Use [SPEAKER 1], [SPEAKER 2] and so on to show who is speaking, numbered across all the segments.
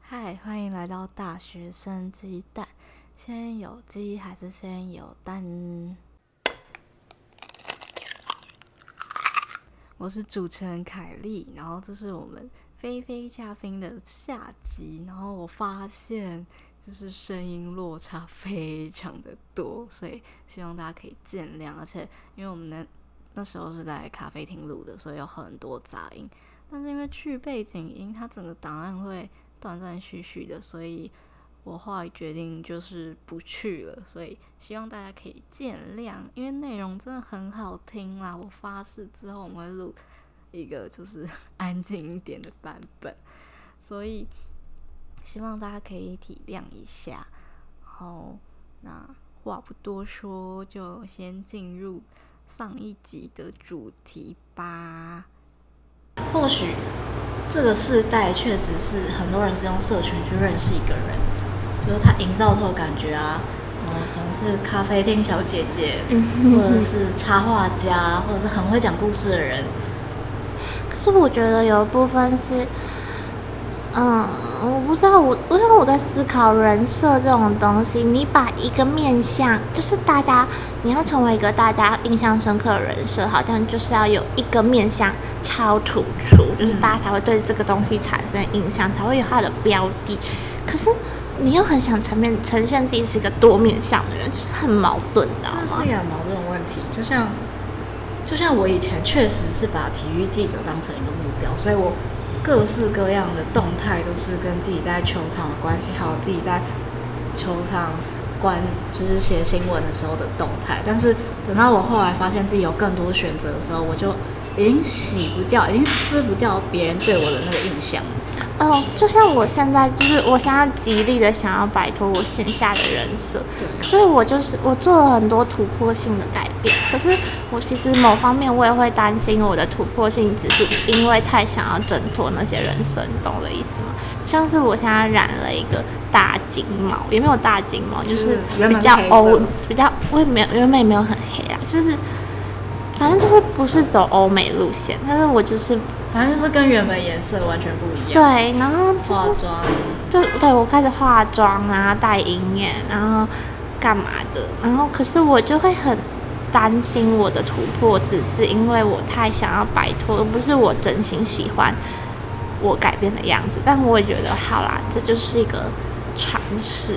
[SPEAKER 1] 嗨，欢迎来到大学生鸡蛋，先有鸡还是先有蛋？我是主持人凯莉，然后这是我们菲菲嘉宾的下集，然后我发现就是声音落差非常的多，所以希望大家可以见谅，而且因为我们那那时候是在咖啡厅录的，所以有很多杂音，但是因为去背景音，它整个档案会断断续续的，所以我后来决定就是不去了，所以希望大家可以见谅，因为内容真的很好听啦。我发誓之后我们会录一个就是 安静一点的版本，所以希望大家可以体谅一下。然后那话不多说，就先进入上一集的主题吧。或许这个世代确实是很多人是用社群去认识一个人，就是他营造出的感觉啊，嗯，可能是咖啡厅小姐姐，或者是插画家，或者是很会讲故事的人。
[SPEAKER 2] 可是我觉得有一部分是，嗯，我不知道，我因为我在思考人设这种东西，你把一个面相，就是大家你要成为一个大家印象深刻的人设，好像就是要有一个面相超突出，就是大家才会对这个东西产生印象，才会有它的标的。可是你又很想呈现呈现自己是一个多面相的人，是很矛盾的，
[SPEAKER 1] 这
[SPEAKER 2] 好吗
[SPEAKER 1] 是一？个很矛盾的问题。就像，就像我以前确实是把体育记者当成一个目标，所以我各式各样的动态都是跟自己在球场的关系，还有自己在球场关就是写新闻的时候的动态。但是等到我后来发现自己有更多选择的时候，我就已经洗不掉，已经撕不掉别人对我的那个印象了。
[SPEAKER 2] 哦，就像我现在，就是我现在极力的想要摆脱我线下的人设，
[SPEAKER 1] 对，
[SPEAKER 2] 所以我就是我做了很多突破性的改变。可是我其实某方面我也会担心我的突破性只是因为太想要挣脱那些人生，你懂我的意思吗？像是我现在染了一个大金毛，也没有大金毛，就
[SPEAKER 1] 就是
[SPEAKER 2] 是
[SPEAKER 1] 原
[SPEAKER 2] 比
[SPEAKER 1] 本是
[SPEAKER 2] 较
[SPEAKER 1] 黑色
[SPEAKER 2] 欧
[SPEAKER 1] 的，
[SPEAKER 2] 比较我也没有原本也没有很黑啦，就是反正就是不是走欧美路线，但是我就是
[SPEAKER 1] 反正就是跟原本颜色完全不一样。
[SPEAKER 2] 对，然后就是
[SPEAKER 1] 化妆，
[SPEAKER 2] 就对我开始化妆啊，戴银眼，然后干嘛的，然后可是我就会很担心我的突破，只是因为我太想要摆脱，而不是我真心喜欢我改变的样子。但我也觉得好啦，这就是一个尝试，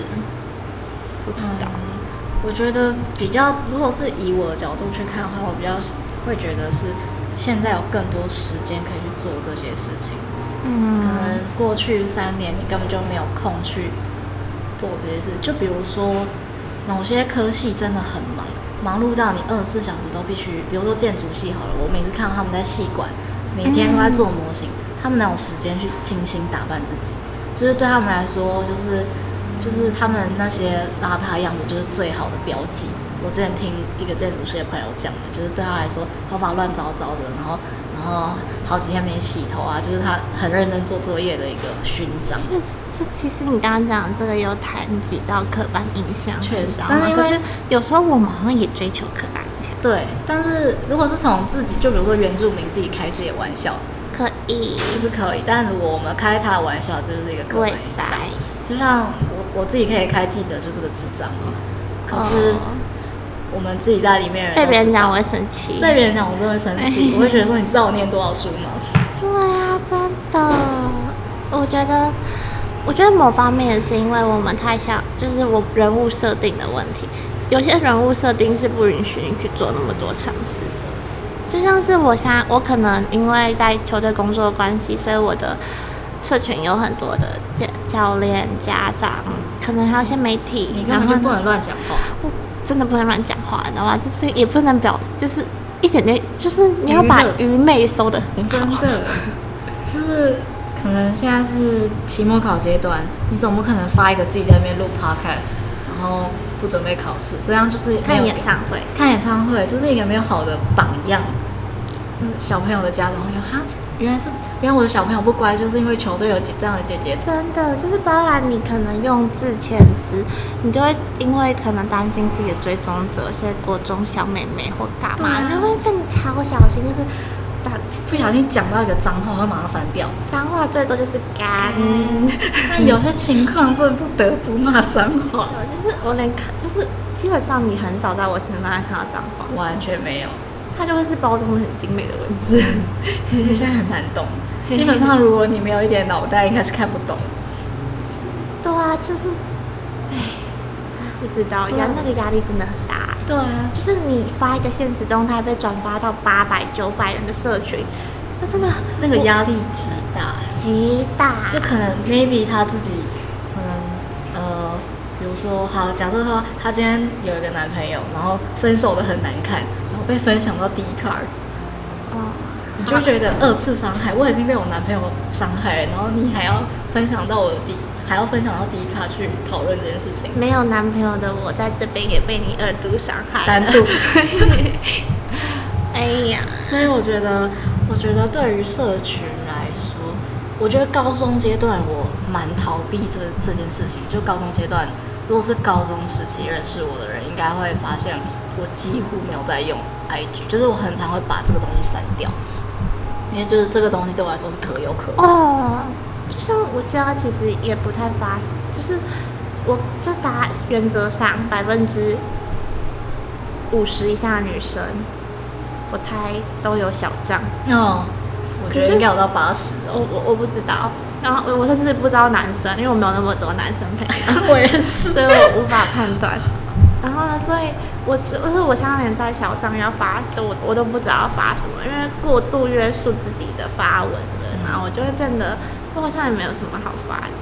[SPEAKER 2] 不知道。
[SPEAKER 3] 我觉得比较，如果是以我的角度去看的话，我比较会觉得是现在有更多时间可以去做这些事情。可
[SPEAKER 2] 嗯，
[SPEAKER 3] 能过去三年你根本就没有空去做这些事，就比如说某些科系真的很忙，忙碌到你二十四小时都必须，比如说建筑系好了，我每次看到他们在系馆，每天都在做模型，他们哪有时间去精心打扮自己？就是对他们来说，就是就是他们那些邋遢样子就是最好的标记。我之前听一个建筑师的朋友讲的，就是对他来说，头发乱糟糟的，然后然后好几天没洗头啊，就是他很认真做作业的一个勋章。
[SPEAKER 2] 所以这这其实你刚刚讲的这个有谈及到刻板印象，
[SPEAKER 3] 确实
[SPEAKER 2] 你知道
[SPEAKER 3] 但是
[SPEAKER 2] 吗
[SPEAKER 3] 因
[SPEAKER 2] 可
[SPEAKER 3] 为
[SPEAKER 2] 是有时候我们好像也追求刻板印象，
[SPEAKER 3] 对，但是如果是从自己，就比如说原住民自己开自己的玩笑，
[SPEAKER 2] 可以
[SPEAKER 3] 就是可以；但如果我们开他的玩笑，这就是一个刻
[SPEAKER 2] 会
[SPEAKER 3] 板印象
[SPEAKER 2] 塞。
[SPEAKER 3] 就像我我自己可以开记者，就是个智障啊。可是
[SPEAKER 2] 哦
[SPEAKER 3] 我们自己在里面的人哎
[SPEAKER 2] 被
[SPEAKER 3] 都
[SPEAKER 2] 别人
[SPEAKER 3] 知道
[SPEAKER 2] 讲我会生气。
[SPEAKER 3] 被别人讲我真的会生气，我会觉得说你知道我念多少书吗？
[SPEAKER 2] 对啊，真的，我觉得，我觉得某方面也是因为我们太像，就是我人物设定的问题。有些人物设定是不允许你去做那么多尝试的，就像是我现在，我可能因为在球队工作的关系，所以我的社群有很多的教教练、家长，可能还有一些媒体，
[SPEAKER 3] 你根
[SPEAKER 2] 然
[SPEAKER 3] 本
[SPEAKER 2] 后
[SPEAKER 3] 就
[SPEAKER 2] 呢
[SPEAKER 3] 不能乱讲话。
[SPEAKER 2] 我真的不能乱讲话，你知道吗？就是也不能表，就是一点点，就是你要把
[SPEAKER 3] 娱乐
[SPEAKER 2] 愚昧收的很
[SPEAKER 3] 真
[SPEAKER 2] 好。
[SPEAKER 3] 的， 就是可能现在是期末考阶段，你总不可能发一个自己在那边录 podcast，然后不准备考试，这样就是没有
[SPEAKER 2] 看演唱会，
[SPEAKER 3] 看演唱会就是一个没有好的榜样。嗯小朋友的家长会说哈，原来是原来我的小朋友不乖，就是因为球队有这样的姐姐。
[SPEAKER 2] 真的就是包含你可能用字遣词，你就会因为可能担心自己的追踪者是国中小妹妹或干嘛，
[SPEAKER 3] 对啊
[SPEAKER 2] 就会变超小心，就是大
[SPEAKER 3] 不小心讲到一个脏话，会马上删掉。
[SPEAKER 2] 脏话最多就是干。
[SPEAKER 3] 但有些情况真的不得不骂脏话，
[SPEAKER 2] 对，就是我连看，就是基本上你很少在我身上看到脏话，
[SPEAKER 3] 完全没有。
[SPEAKER 2] 它就会是包装的很精美的文字。
[SPEAKER 3] 其实现在很难 懂，基本上如果你没有一点脑袋，应该是看不懂。
[SPEAKER 2] 对啊，就是，唉，不知道，
[SPEAKER 3] 啊
[SPEAKER 2] 压那个压力真的很大。
[SPEAKER 3] 对啊，
[SPEAKER 2] 就是你发一个现实动态被转发到八百、九百人的社群，那真的
[SPEAKER 3] 那个压力极大，
[SPEAKER 2] 极大。
[SPEAKER 3] 就可能 maybe 他自己可能呃，比如说好，假设说他今天有一个男朋友，然后分手的很难看，然后被分享到 d c a r
[SPEAKER 2] 哦，
[SPEAKER 3] 你就会觉得二次伤害，我已经被我男朋友伤害了，然后你还要分享到我的 D，还要分享到 D 卡去讨论这件事情，
[SPEAKER 2] 没有男朋友的我在这边也被你二度伤害了。
[SPEAKER 3] 三度。
[SPEAKER 2] 哎呀，
[SPEAKER 3] 所以我觉得，我觉得对于社群来说，我觉得高中阶段我蛮逃避这这件事情。就高中阶段，如果是高中时期认识我的人，应该会发现我几乎没有在用 IG，就是我很常会把这个东西删掉，因为就是这个东西对我来说是可有可无。
[SPEAKER 2] 哦，就像我现在其实也不太发，就是我就打原则上百分之五十以下的女生，我猜都有小账。
[SPEAKER 3] 嗯，我觉
[SPEAKER 2] 可
[SPEAKER 3] 得
[SPEAKER 2] 是
[SPEAKER 3] 应该有到八十
[SPEAKER 2] 我
[SPEAKER 3] 哦。
[SPEAKER 2] 我我不知道，然后我我甚至不知道男生，因为我没有那么多男生朋友。
[SPEAKER 3] 我也是
[SPEAKER 2] 所以我无法判断。然后呢，所以我就是我现在连在小账要发，我我都不知道发什么，因为过度约束自己的发文了，然后我就会变得我好像也没有什么好发的。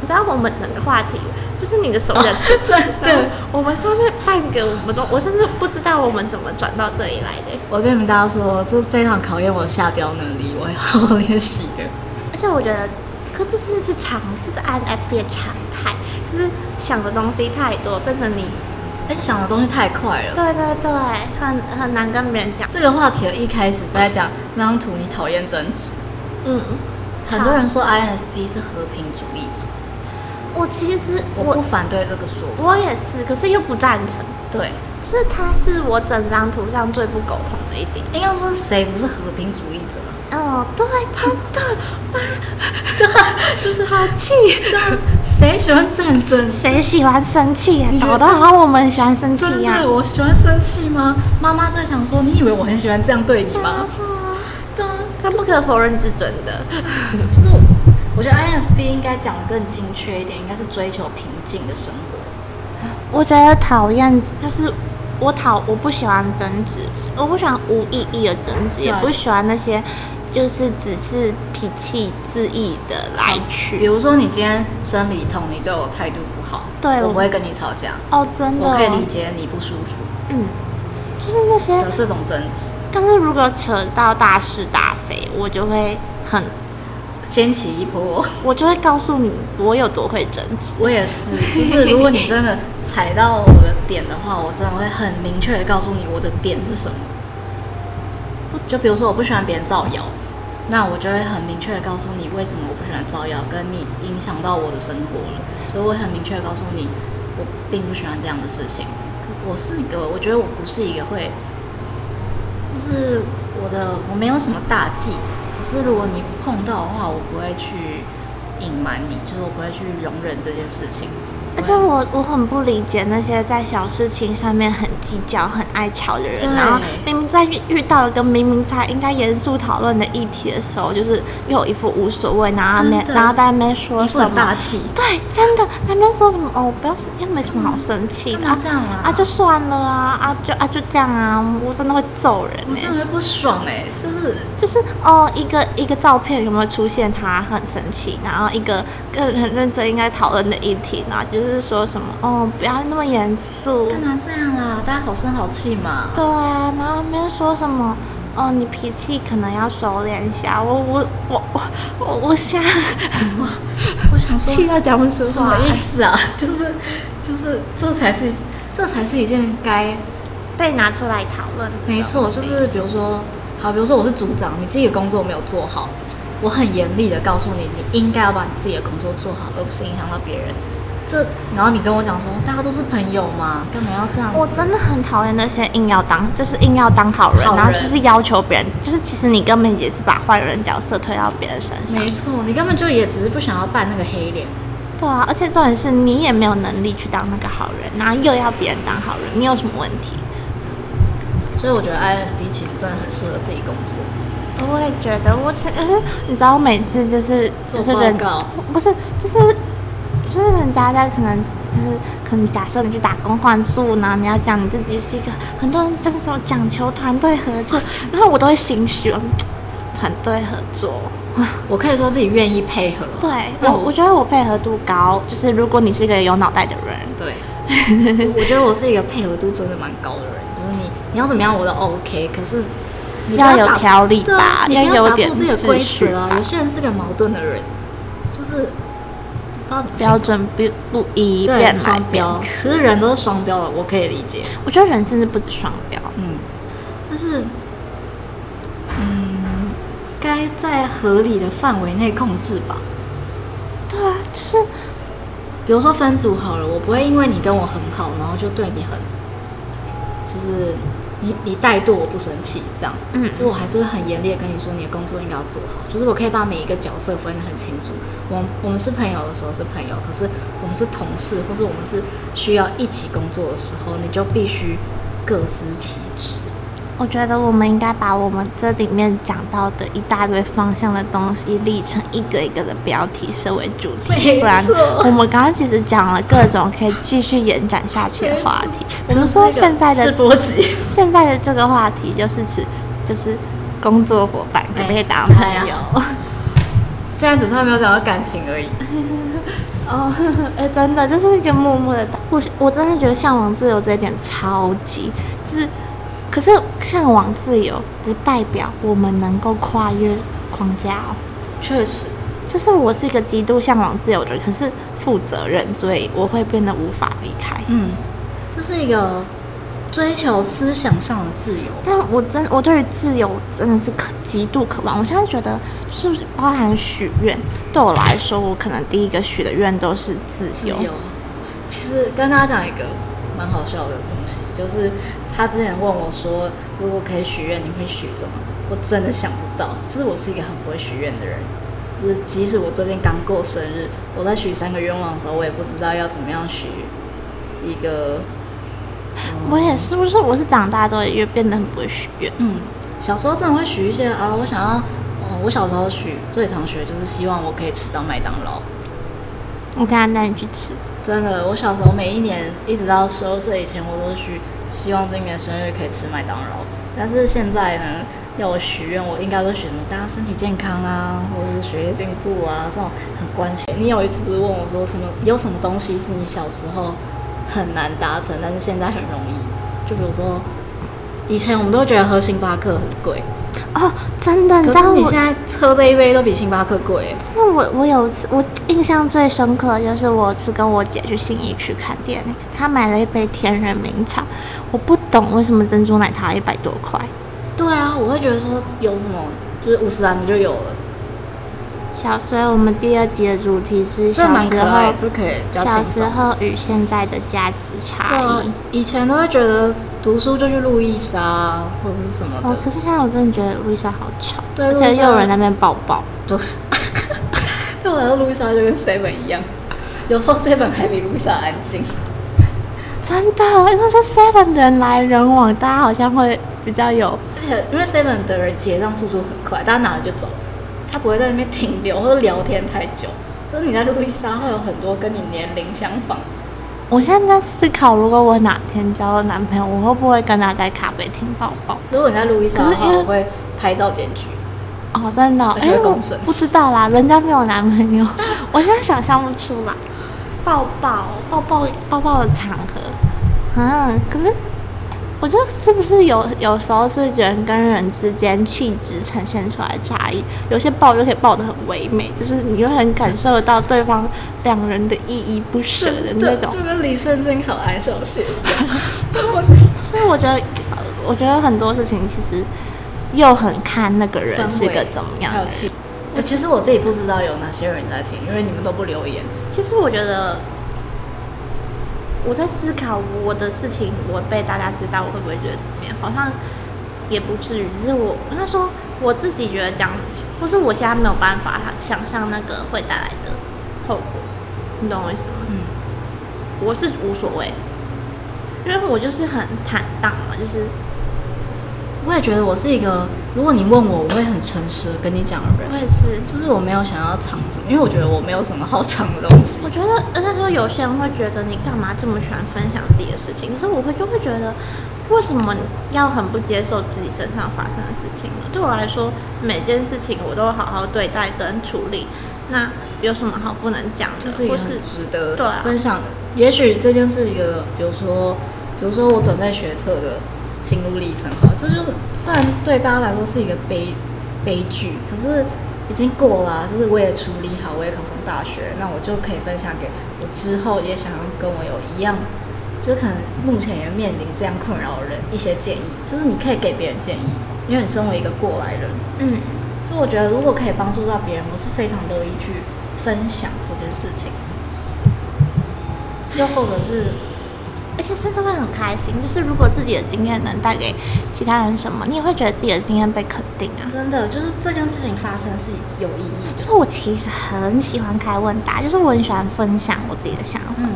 [SPEAKER 2] 你知道我们整个话题就是你的手的、
[SPEAKER 3] 真的。
[SPEAKER 2] 我们上面半个我们都，我甚至不知道我们怎么转到这里来的。
[SPEAKER 3] 我跟你们大家说，这非常考验我的下标能力，我会好好练习的。
[SPEAKER 2] 而且我觉得，可这是这常，这是 INFP 的常态，就是想的东西太多，变成你
[SPEAKER 3] 而且想的东西太快了。
[SPEAKER 2] 对对对，很很难跟别人讲。
[SPEAKER 3] 这个话题一开始是在讲那张图你讨厌争执，
[SPEAKER 2] 嗯，
[SPEAKER 3] 很多人说 INFP 是和平主义者，
[SPEAKER 2] 我其实
[SPEAKER 3] 我不
[SPEAKER 2] 我
[SPEAKER 3] 反对这个说法。
[SPEAKER 2] 我也是，可是又不赞成，
[SPEAKER 3] 对，
[SPEAKER 2] 就是它是我整张图上最不苟同的一点。
[SPEAKER 3] 应该说谁不是和平主义者
[SPEAKER 2] 哦，
[SPEAKER 3] 啊？
[SPEAKER 2] 对，真 的，
[SPEAKER 3] 对啊，就是好气。对啊，谁喜欢战争？
[SPEAKER 2] 谁喜欢生气呀、
[SPEAKER 3] 你觉
[SPEAKER 2] 搞
[SPEAKER 3] 得
[SPEAKER 2] 得好像我们很喜欢生
[SPEAKER 3] 真
[SPEAKER 2] 气啊呀、
[SPEAKER 3] 的，我喜欢生气吗？妈妈最常说，你以为我很喜欢这样对你吗？
[SPEAKER 2] 对啊，哦他不可否认之准的。
[SPEAKER 3] 就是我，我觉得 INFP 应该讲的更精确一点，应该是追求平静的生活。
[SPEAKER 2] 我觉得讨厌就是我讨我不喜欢争执，我不喜欢无意义的争执，也
[SPEAKER 3] 对
[SPEAKER 2] 不喜欢那些就是只是脾气恣意的来去。
[SPEAKER 3] 比如说，你今天生理痛，你对我态度不好，
[SPEAKER 2] 对
[SPEAKER 3] 哎我嗯
[SPEAKER 2] 我
[SPEAKER 3] 不会跟你吵架，
[SPEAKER 2] 哦，真的，
[SPEAKER 3] 我可以理解你不舒服
[SPEAKER 2] 嗯，就是那些
[SPEAKER 3] 的，这种争执，
[SPEAKER 2] 但是如果扯到大是大非，我就会很，
[SPEAKER 3] 掀起一波。
[SPEAKER 2] 我就会告诉你我有多会争执。
[SPEAKER 3] 我也是，就是如果你真的踩到我的点的话，我真的会很明确的告诉你我的点是什么。就比如说，我不喜欢别人造谣，那我就会很明确的告诉你为什么我不喜欢造谣，跟你影响到我的生活了，所以我会很明确的告诉你，我并不喜欢这样的事情。可我是一个，我觉得我不是一个会就是我的我没有什么大忌，可是如果你碰到的话，我不会去隐瞒你，就是我不会去容忍这件事情。
[SPEAKER 2] 而且我我很不理解那些在小事情上面很计较、很爱吵的人，
[SPEAKER 3] 对
[SPEAKER 2] 然后明明在遇遇到一个明明才应该严肃讨论的议题的时候，就是又一副无所谓，然后在那边
[SPEAKER 3] 真的
[SPEAKER 2] 然后在那边说
[SPEAKER 3] 你
[SPEAKER 2] 什
[SPEAKER 3] 不很
[SPEAKER 2] 么
[SPEAKER 3] 大气，
[SPEAKER 2] 对，真的那边说什么哦，不要生，又没什么好生气的
[SPEAKER 3] 干嘛这样啊
[SPEAKER 2] 啊，就算了啊，啊就啊就这样啊，我真的会揍人欸
[SPEAKER 3] 我
[SPEAKER 2] 呢、
[SPEAKER 3] 真的会不爽哎、就是
[SPEAKER 2] 就是哦，一个一个照片有没有出现他很生气，然后一个个人很认真应该讨论的议题，然后就是说什么哦，不要那么严肃，
[SPEAKER 3] 干嘛这样啊啦？大家好声好气嘛。
[SPEAKER 2] 对啊，然后没有说什么哦，你脾气可能要收敛一下，我我我我我我想
[SPEAKER 3] 我想说，
[SPEAKER 2] 气到讲不出
[SPEAKER 3] 什
[SPEAKER 2] 话
[SPEAKER 3] 么，意思啊？ 就是就是，这才是这才是一件该
[SPEAKER 2] 被拿出来讨论的东西，
[SPEAKER 3] 没错，就是比如说，好，比如说我是组长，你自己的工作没有做好，我很严厉的告诉你，你应该要把你自己的工作做好，而不是影响到别人。这，然后你跟我讲说，大家都是朋友嘛，干嘛要这样子？
[SPEAKER 2] 我真的很讨厌那些硬要当，就是硬要当好人，
[SPEAKER 3] 好人
[SPEAKER 2] 然后就是要求别人，就是其实你根本也是把坏人角色推到别人身上。
[SPEAKER 3] 没错，你根本就也只是不想要扮那个黑脸，
[SPEAKER 2] 对啊，而且重点是你也没有能力去当那个好人，然后又要别人当好人，你有什么问题？
[SPEAKER 3] 所以我觉得 INFP 其实真的很适合自己工作。
[SPEAKER 2] 我也觉得，我只是嗯你知道，我每次就是
[SPEAKER 3] 做
[SPEAKER 2] 就是人
[SPEAKER 3] 报告
[SPEAKER 2] 不是就是就是人家在可能就是可能假设你去打工换宿，然后你要讲你自己是一个很多人就是这种讲求团队合 作，然后我都会心虚，我团队合作。
[SPEAKER 3] 我可以说自己愿意配合，
[SPEAKER 2] 对
[SPEAKER 3] 那
[SPEAKER 2] 我，
[SPEAKER 3] 我
[SPEAKER 2] 我觉得我配合度高，就是如果你是一个有脑袋的人，
[SPEAKER 3] 对，我我觉得我是一个配合度真的蛮高的人，就是你你要怎么样我都 OK，可是你不
[SPEAKER 2] 要有
[SPEAKER 3] 打
[SPEAKER 2] 条理
[SPEAKER 3] 对啊
[SPEAKER 2] 吧，
[SPEAKER 3] 你
[SPEAKER 2] 要
[SPEAKER 3] 不
[SPEAKER 2] 有
[SPEAKER 3] 打破
[SPEAKER 2] 点
[SPEAKER 3] 自己的
[SPEAKER 2] 秩
[SPEAKER 3] 规
[SPEAKER 2] 序
[SPEAKER 3] 则啊。
[SPEAKER 2] 吧
[SPEAKER 3] 有些人是个矛盾的人，就是不知道怎么形
[SPEAKER 2] 标
[SPEAKER 3] 容
[SPEAKER 2] 准不不一，
[SPEAKER 3] 对
[SPEAKER 2] 变来
[SPEAKER 3] 双
[SPEAKER 2] 变
[SPEAKER 3] 标，
[SPEAKER 2] 去。
[SPEAKER 3] 其实人都是双标的，我可以理解。
[SPEAKER 2] 我觉得人甚至不止双标，
[SPEAKER 3] 嗯，但是，嗯，该在合理的范围内控制吧。
[SPEAKER 2] 对啊，就是
[SPEAKER 3] 比如说分组好了，我不会因为你跟我很好，然后就对你很，就是你你怠惰我不生气这样。
[SPEAKER 2] 嗯
[SPEAKER 3] 就我还是会很严厉的跟你说，你的工作应该要做好。就是我可以把每一个角色分得很清楚。我们我们是朋友的时候是朋友，可是我们是同事，或是我们是需要一起工作的时候，你就必须各司其职。
[SPEAKER 2] 我觉得我们应该把我们这里面讲到的一大堆方向的东西，立成一个一个的标题设为主题，
[SPEAKER 3] 没
[SPEAKER 2] 不然
[SPEAKER 3] 错
[SPEAKER 2] 我们刚刚其实讲了各种可以继续延展下去的话题，比如说现在
[SPEAKER 3] 是
[SPEAKER 2] 的
[SPEAKER 3] 波及，
[SPEAKER 2] 现在的这个话题就是指就是工作伙伴可不可以当朋
[SPEAKER 3] 没错哎
[SPEAKER 2] 友？
[SPEAKER 3] 现在只是还没有讲到感情而已。
[SPEAKER 2] 哦， 哎、真的就是一个默默的打。我我真的觉得向往自由这一点超级，就是，可是向往自由不代表我们能够跨越框架哦。
[SPEAKER 3] 确实，
[SPEAKER 2] 就是我是一个极度向往自由的人，可是负责任，所以我会变得无法离开。
[SPEAKER 3] 嗯，这是一个追求思想上的自由。
[SPEAKER 2] 但我真，我对于自由真的是可极度渴望。我现在觉得，就是包含许愿，对我来说，我可能第一个许的愿都是自由。
[SPEAKER 3] 其实跟大家讲一个蛮好笑的东西，就是他之前问我说，如果可以许愿，你会许什么？我真的想不到，就是我是一个很不会许愿的人，就是即使我最近刚过生日，我在许三个愿望的时候，我也不知道要怎么样许一个。嗯
[SPEAKER 2] 我也是，不是我是长大之后也越变得很不会许愿。
[SPEAKER 3] 嗯，小时候真的会许一些啊，我想要，嗯，我小时候许最常许的就是希望我可以吃到麦当劳。
[SPEAKER 2] 我等下带你去吃。
[SPEAKER 3] 真的，我小时候每一年一直到十二岁以前，我都许希望今年生日可以吃麦当劳。但是现在呢，要我许愿，我应该都许什么大家身体健康啊，或者是学业进步啊，这种很关切。你有一次不是问我说什么有什么东西是你小时候很难达成，但是现在很容易？就比如说，以前我们都觉得喝星巴克很贵，
[SPEAKER 2] 哦，真的，你
[SPEAKER 3] 可
[SPEAKER 2] 知
[SPEAKER 3] 是
[SPEAKER 2] 道
[SPEAKER 3] 你
[SPEAKER 2] 我
[SPEAKER 3] 现在喝这一杯都比星巴克贵耶。
[SPEAKER 2] 是我我有一次我印象最深刻的就是我是跟我姐去信义区看电影，她买了一杯天人茗茶，我不懂为什么珍珠奶茶一百多块，
[SPEAKER 3] 对啊，我会觉得说有什么就是五十兰不就有了。
[SPEAKER 2] 小所以我们第二集的主题是
[SPEAKER 3] 这
[SPEAKER 2] 小
[SPEAKER 3] 蛮可
[SPEAKER 2] 时
[SPEAKER 3] 爱
[SPEAKER 2] 候
[SPEAKER 3] 的，这可以比较
[SPEAKER 2] 小
[SPEAKER 3] 轻
[SPEAKER 2] 时
[SPEAKER 3] 松。
[SPEAKER 2] 候与现在的价值
[SPEAKER 3] 对
[SPEAKER 2] 差
[SPEAKER 3] 啊
[SPEAKER 2] 异。，
[SPEAKER 3] 以前都会觉得读书就去路易莎啊或者是什么
[SPEAKER 2] 哦，可
[SPEAKER 3] 的，
[SPEAKER 2] 是现在我真的觉得路易莎好吵，
[SPEAKER 3] 对
[SPEAKER 2] 而且
[SPEAKER 3] 路易莎
[SPEAKER 2] 又有人在那边抱抱。
[SPEAKER 3] 对。 对我来说，路易莎就跟 Seven 一样，有时候 Seven 还比路易莎安静。
[SPEAKER 2] 真的，那时候 Seven 人来人往，大家好像会比较有
[SPEAKER 3] 而且因为 Seven 的人结账速度很快，大家拿了就走，他不会在那边停留或者聊天太久。就是你在路易莎啊会有很多跟你年龄相仿，
[SPEAKER 2] 我现在在思考，如果我哪天交了男朋友，我会不会跟他在咖啡厅抱抱？
[SPEAKER 3] 如果你在路易莎
[SPEAKER 2] 可
[SPEAKER 3] 的话，
[SPEAKER 2] 是因为
[SPEAKER 3] 我会拍照检举。
[SPEAKER 2] 哦，真的哦、
[SPEAKER 3] 而且
[SPEAKER 2] 因
[SPEAKER 3] 会
[SPEAKER 2] 为我
[SPEAKER 3] 公审
[SPEAKER 2] 不知道啦，人家没有男朋友，我现在想象不出来。抱抱，抱抱，抱抱的场合，嗯，可是我觉得是不是有有时候是人跟人之间气质呈现出来的差异？有些抱就可以抱得很唯美，就是你会很感受到对方两人的依依不舍的那种
[SPEAKER 3] 就跟李圣经好爱手写一样。
[SPEAKER 2] 所以我觉得，呃我觉得很多事情其实又很看那个人是个怎么样
[SPEAKER 3] 还
[SPEAKER 2] 的
[SPEAKER 3] 有
[SPEAKER 2] 人。
[SPEAKER 3] 气我其实我自己不知道有哪些人在听，因为你们都不留言。
[SPEAKER 2] 其实我觉得，我在思考我的事情，我被大家知道，我会不会觉得怎么样？好像也不至于，只是我应该说我自己觉得这样，或是我现在没有办法想象那个会带来的后果，你懂我意思吗？
[SPEAKER 3] 嗯，
[SPEAKER 2] 我是无所谓，因为我就是很坦荡嘛，就是
[SPEAKER 3] 我也觉得我是一个，如果你问我，我会很诚实的跟你讲的人
[SPEAKER 2] 我，也是，
[SPEAKER 3] 就是我没有想要藏什么，因为我觉得我没有什么好藏的东西。
[SPEAKER 2] 我觉得，应该说有些人会觉得你干嘛这么喜欢分享自己的事情，可是我会就会觉得，为什么要很不接受自己身上发生的事情呢？对我来说，每件事情我都好好对待跟处理，那有什么好不能讲的？
[SPEAKER 3] 就是一个
[SPEAKER 2] 或
[SPEAKER 3] 很值得
[SPEAKER 2] 对啊
[SPEAKER 3] 分享。也许这件是一个，比如说，比如说我准备学测的心路历程哈，这就是虽然对大家来说是一个悲悲剧，可是已经过了啊、就是我也处理好，我也考上大学，那我就可以分享给我之后也想要跟我有一样，就是可能目前也面临这样困扰的人一些建议，就是你可以给别人建议，因为你身为一个过来人，
[SPEAKER 2] 嗯，
[SPEAKER 3] 所以我觉得，如果可以帮助到别人，我是非常乐意去分享这件事情。又或者是，
[SPEAKER 2] 而且甚至会很开心，就是如果自己的经验能带给其他人什么，你也会觉得自己的经验被肯定啊。
[SPEAKER 3] 真的就是这件事情发生是有意义的。
[SPEAKER 2] 所以我其实很喜欢开问答，就是我很喜欢分享我自己的想法，
[SPEAKER 3] 嗯，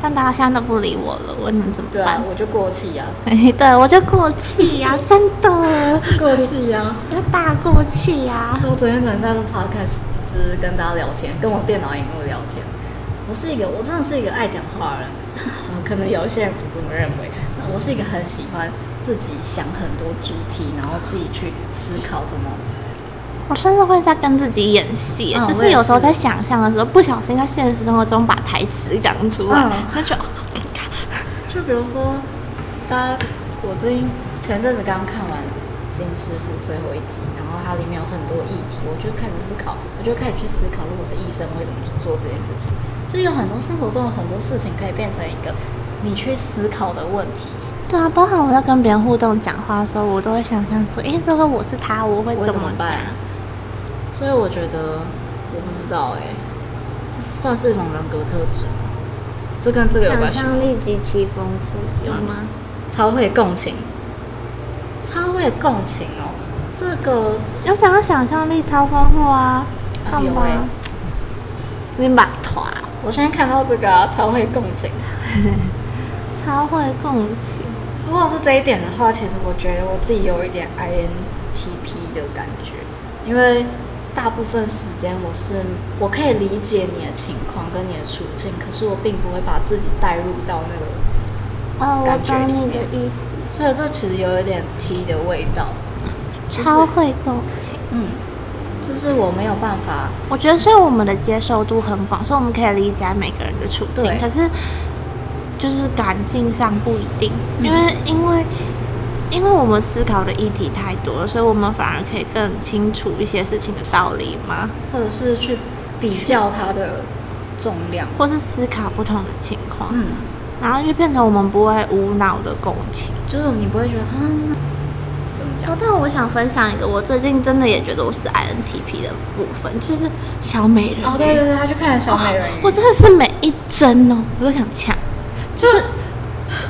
[SPEAKER 2] 但大家现在都不理我了，我能怎么
[SPEAKER 3] 对
[SPEAKER 2] 办
[SPEAKER 3] 啊？，我就过气啊，
[SPEAKER 2] 嘿 对，我就过气 呀、真的，
[SPEAKER 3] 过气 啊。
[SPEAKER 2] 我就大过气呀、
[SPEAKER 3] 我昨天可能在录 podcast，就是跟大家聊天，跟我电脑荧幕聊天。我是一个，我真的是一个爱讲话的人， 嗯可能有一些人不这么认为。我是一个很喜欢自己想很多主题，然后自己去思考怎么
[SPEAKER 2] 我甚至会在跟自己演戏，
[SPEAKER 3] 嗯
[SPEAKER 2] 就是
[SPEAKER 3] 我也是
[SPEAKER 2] 有时候在想象的时候，不小心在现实生活中把台词讲出来
[SPEAKER 3] 嗯，
[SPEAKER 2] 那、就哦好尴尬。
[SPEAKER 3] 就比如说，大家，我最近前阵子刚看完《金师傅》最后一集，然后它里面有很多议题，我就开始思考，我就开始去思考，如果是医生，我会怎么去做这件事情。就是有很多生活中有很多事情可以变成一个你去思考的问题，
[SPEAKER 2] 对啊，包含我在跟别人互动讲话的时候，我都会想象说，诶，如果我是他，我会
[SPEAKER 3] 我
[SPEAKER 2] 怎
[SPEAKER 3] 怎么
[SPEAKER 2] 讲
[SPEAKER 3] 办？所以我觉得，我不知道哎、这算是一种人格特质吗，这跟这个有
[SPEAKER 2] 想
[SPEAKER 3] 关系吗。
[SPEAKER 2] 象力极其丰富，有吗？
[SPEAKER 3] 超会共情，超会共情哦，这个是
[SPEAKER 2] 有讲到想象力超丰富啊，看
[SPEAKER 3] 有
[SPEAKER 2] 吧
[SPEAKER 3] 欸，
[SPEAKER 2] 你把团
[SPEAKER 3] 我现在看到这个、啊、超会共情的。
[SPEAKER 2] 超会共情。
[SPEAKER 3] 如果是这一点的话，其实我觉得我自己有一点 INTP 的感觉，因为大部分时间我是我可以理解你的情况跟你的处境，可是我并不会把自己带入到那个
[SPEAKER 2] 哦，我
[SPEAKER 3] 感觉
[SPEAKER 2] 懂
[SPEAKER 3] 里
[SPEAKER 2] 你
[SPEAKER 3] 面
[SPEAKER 2] 的意思，
[SPEAKER 3] 所以这其实有一点 T 的味道。就是
[SPEAKER 2] 超会共情。
[SPEAKER 3] 嗯，就是我没有办法，
[SPEAKER 2] 我觉得，所以我们的接受度很广，所以我们可以理解每个人的处境
[SPEAKER 3] 对。
[SPEAKER 2] 可是，就是感性上不一定，
[SPEAKER 3] 嗯
[SPEAKER 2] 因为因为因为我们思考的议题太多了，所以我们反而可以更清楚一些事情的道理嘛，
[SPEAKER 3] 或者是去比较它的重量。
[SPEAKER 2] 或是思考不同的情况，
[SPEAKER 3] 嗯，
[SPEAKER 2] 然后就变成我们不会无脑的共情。
[SPEAKER 3] 就是你不会觉得啊，这怎么讲
[SPEAKER 2] 哦，？但我想分享一个，我最近真的也觉得我是 INTP 的部分，就是小美人鱼。
[SPEAKER 3] 哦，对对对，他去看了小美人 鱼。
[SPEAKER 2] 我真的是每一帧哦，我都想抢，就是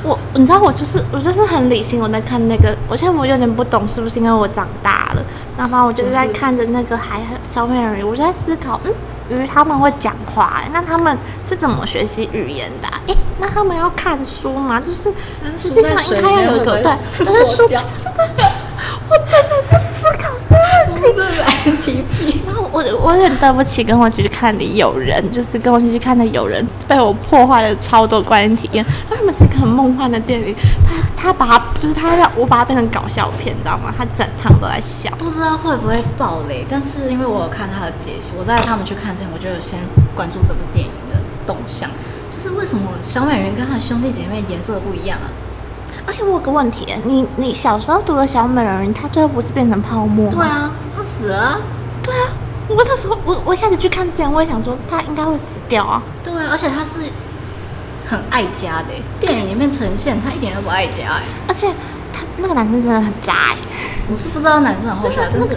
[SPEAKER 2] 我，你知道我就是我就是很理性，我在看那个，我现在我有点不懂是不是因为我长大了，然后我就
[SPEAKER 3] 不
[SPEAKER 2] 在
[SPEAKER 3] 是
[SPEAKER 2] 看着那个海小美人鱼，我就在思考，嗯，鱼他们会讲话、欸那他们是怎么学习语言的、啊？诶，那他们要看书吗？就是
[SPEAKER 3] 那
[SPEAKER 2] 世
[SPEAKER 3] 书
[SPEAKER 2] 界
[SPEAKER 3] 在
[SPEAKER 2] 上
[SPEAKER 3] 水
[SPEAKER 2] 应
[SPEAKER 3] 里
[SPEAKER 2] 该要
[SPEAKER 3] 面
[SPEAKER 2] 有一
[SPEAKER 3] 会
[SPEAKER 2] 个
[SPEAKER 3] 不
[SPEAKER 2] 对
[SPEAKER 3] 会，
[SPEAKER 2] 就是书
[SPEAKER 3] 破掉，
[SPEAKER 2] 我真的在思考。
[SPEAKER 3] 真的是 INTP。
[SPEAKER 2] 然后我我很对不起跟我一起去看的友人，就是跟我一起去看的友人被我破坏了超多观影体验。他们是一个很梦幻的电影，他他把它就是他让我把它变成搞笑片，你知道吗？他整趟都在笑。
[SPEAKER 3] 不知道会不会爆雷，但是因为我有看他的解析，我在他们去看之前，我就有先关注这部电影的动向，就是为什么小美人鱼跟她的兄弟姐妹颜色不一样啊？
[SPEAKER 2] 而且我有个问题，你你小时候读的小美人鱼，它最后不是变成泡沫吗？
[SPEAKER 3] 对，啊，她死了、啊。
[SPEAKER 2] 对啊。我那时候我我一开始去看之前，我也想说它应该会死掉啊。
[SPEAKER 3] 对啊，而且他是很爱家的欸，电影里面呈现他一点都不爱家哎。
[SPEAKER 2] 而且他那个男生真的很渣哎、
[SPEAKER 3] 我是不知道男生很后续啊，但是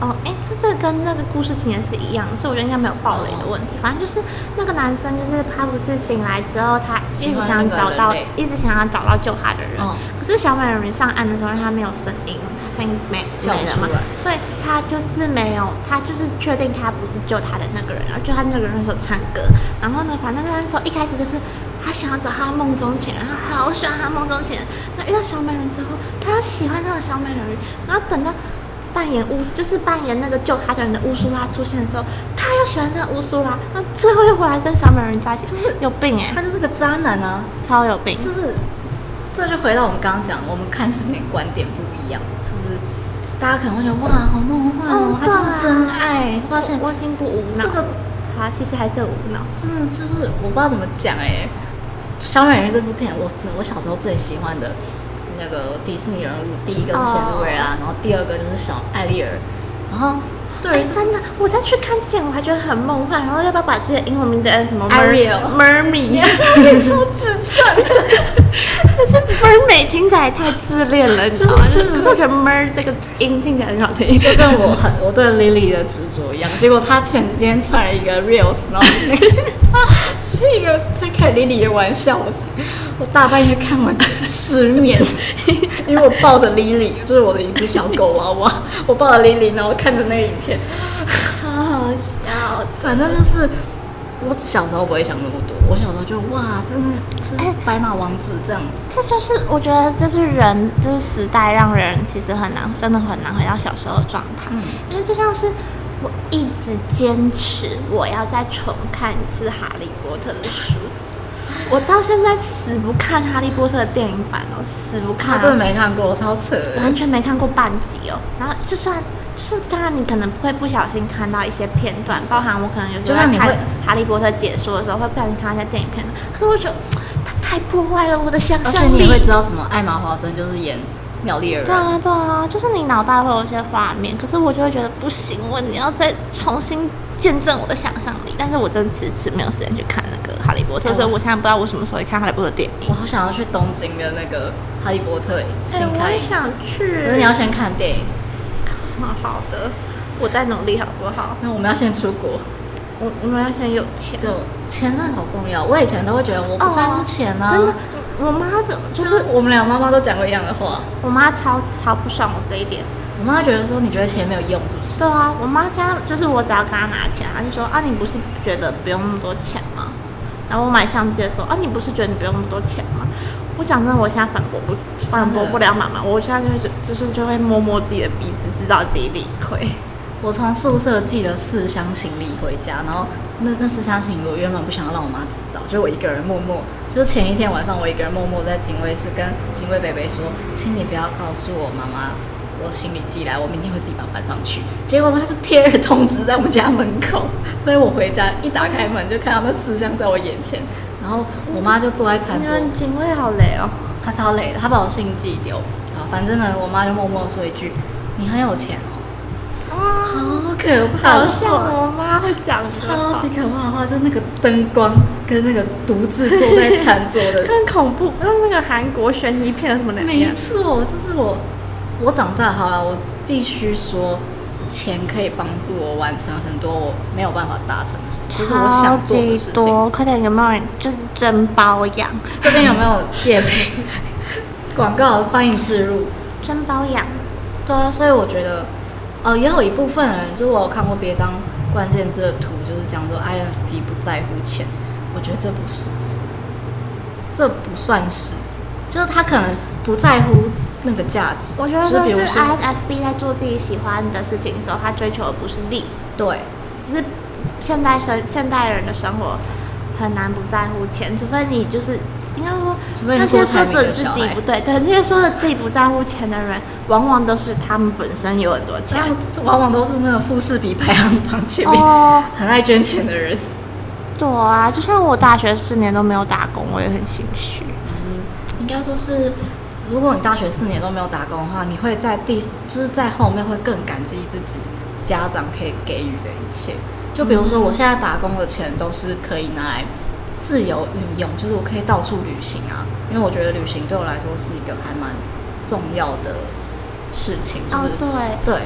[SPEAKER 2] 哦，哎、这这个跟那个故事情节是一样的，所以我觉得应该没有暴雷的问题。反正就是那个男生，就是他不是醒来之后，他一直想要找
[SPEAKER 3] 喜欢那个
[SPEAKER 2] 到
[SPEAKER 3] 人类，
[SPEAKER 2] 一直想要找到救他的人。
[SPEAKER 3] 嗯
[SPEAKER 2] 可是小美人鱼上岸的时候，因为他没有声音，他声音没
[SPEAKER 3] 叫不
[SPEAKER 2] 没了
[SPEAKER 3] 出
[SPEAKER 2] 嘛
[SPEAKER 3] 来，
[SPEAKER 2] 所以他就是没有，他就是确定他不是救他的那个人，然后就他那个人那时候唱歌，然后呢，反正他那时候一开始就是他想要找他梦中情人，他好喜欢他梦中情人，那遇到小美人之后，他喜欢上了小美人鱼，然后等到扮演乌就是扮演那个救他的人的乌苏拉出现的时候，他又喜欢上乌苏拉，啊那最后又回来跟小美人鱼在一起，就是有病哎、
[SPEAKER 3] 他就是个渣男啊，
[SPEAKER 2] 超有病，就
[SPEAKER 3] 就是是这就回到我们刚刚讲，我们看事情的观点不一样，就是大家可能会觉得哇，好梦幻哦，他就是真爱，发现
[SPEAKER 2] 我已经不无脑，
[SPEAKER 3] 这个
[SPEAKER 2] 好，其实还是很无脑。
[SPEAKER 3] 真的就是我不知道怎么讲哎、小美人鱼》这部片，我真我小时候最喜欢的那个迪士尼人物，第一个是仙女瑞啊，然后第二个就是小艾丽儿，然后对
[SPEAKER 2] 哎、
[SPEAKER 3] 于这
[SPEAKER 2] 真的，我在去看之前我还觉得很梦幻，然后要不要把自己的英文名字改成什么
[SPEAKER 3] Ariel
[SPEAKER 2] mermaid？
[SPEAKER 3] 哦超自传，
[SPEAKER 2] 可是 mermaid 听起来太自恋了，你知道吗？就是可是我觉得 mer 这个音听起来很好听。
[SPEAKER 3] 就跟我很我对 Lily 的执着一样，结果她前几天传了一个 reels，然后那个 是一个在开 Lily 的玩笑，我我大半夜看完失眠，因为我抱着 Lily，就是我的一只小狗娃娃，我抱着 Lily，然后看着那个影片，
[SPEAKER 2] 好好笑。
[SPEAKER 3] 反正就是我小时候不会想那么多，我小时候就哇，真的是白马王子这样，
[SPEAKER 2] 这就是我觉得，就是人，就是时代让人其实很难，真的很难回到小时候的状态。
[SPEAKER 3] 嗯
[SPEAKER 2] 因为就像是我一直坚持我要再重看一次《哈利波特》的 书，我到现在死不看《哈利波特》的电影版哦，死不看、
[SPEAKER 3] 他
[SPEAKER 2] 啊。
[SPEAKER 3] 真的没看过，超扯的。
[SPEAKER 2] 完全没看过半集哦。然后就算就是当然你可能会不小心看到一些片段，包含我可能有时
[SPEAKER 3] 就
[SPEAKER 2] 候
[SPEAKER 3] 像
[SPEAKER 2] 在
[SPEAKER 3] 你
[SPEAKER 2] 看
[SPEAKER 3] 会
[SPEAKER 2] 《哈利波特》解说的时候，会不小心看到一些电影片段，可是我觉得嗯它太破坏了我的想
[SPEAKER 3] 而且
[SPEAKER 2] 象力。
[SPEAKER 3] 你会知道什么？艾玛华森就是演妙丽儿
[SPEAKER 2] 对
[SPEAKER 3] 啊，
[SPEAKER 2] 啊，对啊，就是你脑袋会有一些画面，可是我就会觉得不行，我你要再重新见证我的想象力。但是我真的迟迟没有时间去看那个《哈利波特》，
[SPEAKER 3] 哎
[SPEAKER 2] 所以我现在不知道我什么时候会看《哈利波特》电影
[SPEAKER 3] 我。好想要去东京的那个哈利波特新
[SPEAKER 2] 我
[SPEAKER 3] 开
[SPEAKER 2] 也
[SPEAKER 3] 一集
[SPEAKER 2] 想去。
[SPEAKER 3] 可是你要先看电影，
[SPEAKER 2] 好好的，我在努力好不好？
[SPEAKER 3] 那我们要先出国。
[SPEAKER 2] 我我们要先有钱。
[SPEAKER 3] 就钱真的好重要，我以前都会觉得我不在乎钱啊，
[SPEAKER 2] 真的，啊我妈怎么就
[SPEAKER 3] 就是
[SPEAKER 2] 是
[SPEAKER 3] 我们俩妈妈都讲过一样的话。
[SPEAKER 2] 我妈超超不爽我这一点。
[SPEAKER 3] 我妈觉得说你觉得钱没有用是不 是？
[SPEAKER 2] 对啊，我妈现在就是我只要跟她拿钱，她就说啊你不是觉得不用那么多钱吗？然后我买相机的时候啊你不是觉得你不用那么多钱吗？我讲真的，我现在反驳不反驳不了妈妈，我现在就是就是就会摸摸自己的鼻子，知道自己理亏。
[SPEAKER 3] 我从宿舍寄了四箱行李回家，然后那那四箱行李我原本不想要让我妈知道，就我一个人默默，就是前一天晚上我一个人默默在警卫室跟警卫北北说，请你不要告诉我妈妈我行李寄来，我明天会自己把它搬上去。结果他是贴了通知在我们家门口，所以我回家一打开门就看到那四箱在我眼前，然后我妈就坐在餐
[SPEAKER 2] 你
[SPEAKER 3] 桌
[SPEAKER 2] 们警卫好累哦。
[SPEAKER 3] 他超累的，他把我信寄丢。啊，反正呢，我妈就默默说一句：“你很有钱哦。”好哦可怕
[SPEAKER 2] 啊好
[SPEAKER 3] 的
[SPEAKER 2] 像
[SPEAKER 3] 话，
[SPEAKER 2] 我妈会讲这
[SPEAKER 3] 超
[SPEAKER 2] 话
[SPEAKER 3] 级，可怕的话，就那个灯光跟那个独自坐在餐桌 的。啊
[SPEAKER 2] 更恐怖，跟那个韩国悬疑片的什么两
[SPEAKER 3] 没
[SPEAKER 2] 样。
[SPEAKER 3] 错，就是我，我长大好了，我必须说，钱可以帮助我完成很多我没有办法达成的事情，就是我
[SPEAKER 2] 超
[SPEAKER 3] 想做的
[SPEAKER 2] 级
[SPEAKER 3] 事情。
[SPEAKER 2] 多，快点有没有人就是真包养？
[SPEAKER 3] 这边有没有夜配广告？欢迎置入。
[SPEAKER 2] 真包养，
[SPEAKER 3] 对啊，所以我觉得，呃，也有一部分人，就是我有看过别张关键字的图，就是讲说 INFP 不在乎钱，我觉得这不是，这不算是，就是他可能不在乎那个价值。
[SPEAKER 2] 我觉得
[SPEAKER 3] 就
[SPEAKER 2] 这
[SPEAKER 3] 比如
[SPEAKER 2] 是
[SPEAKER 3] 说，
[SPEAKER 2] INFP 在做自己喜欢的事情的时候，他追求的不是利，
[SPEAKER 3] 对，
[SPEAKER 2] 只是现代生现代人的生活很难不在乎钱，除非你就是应该说
[SPEAKER 3] 除非你
[SPEAKER 2] 那些
[SPEAKER 3] 郭台
[SPEAKER 2] 说
[SPEAKER 3] 铭
[SPEAKER 2] 着
[SPEAKER 3] 的
[SPEAKER 2] 自
[SPEAKER 3] 小
[SPEAKER 2] 己
[SPEAKER 3] 孩
[SPEAKER 2] 不对，对那些说着自己不在乎钱的人，往往都是他们本身有很多 钱。
[SPEAKER 3] 这往往都是那个富士比排行榜前面、
[SPEAKER 2] 哦，
[SPEAKER 3] 很爱捐钱的人。
[SPEAKER 2] 对啊，就像我大学四年都没有打工，我也很心虚。
[SPEAKER 3] 应该说是，如果你大学四年都没有打工的话，你会在第四就是在后面会更感激自己家长可以给予的一切。就比如说，我现在打工的钱都是可以拿来自由运用，就是我可以到处旅行啊，因为我觉得旅行对我来说是一个还蛮重要的事情，就是、
[SPEAKER 2] 哦，对，
[SPEAKER 3] 对，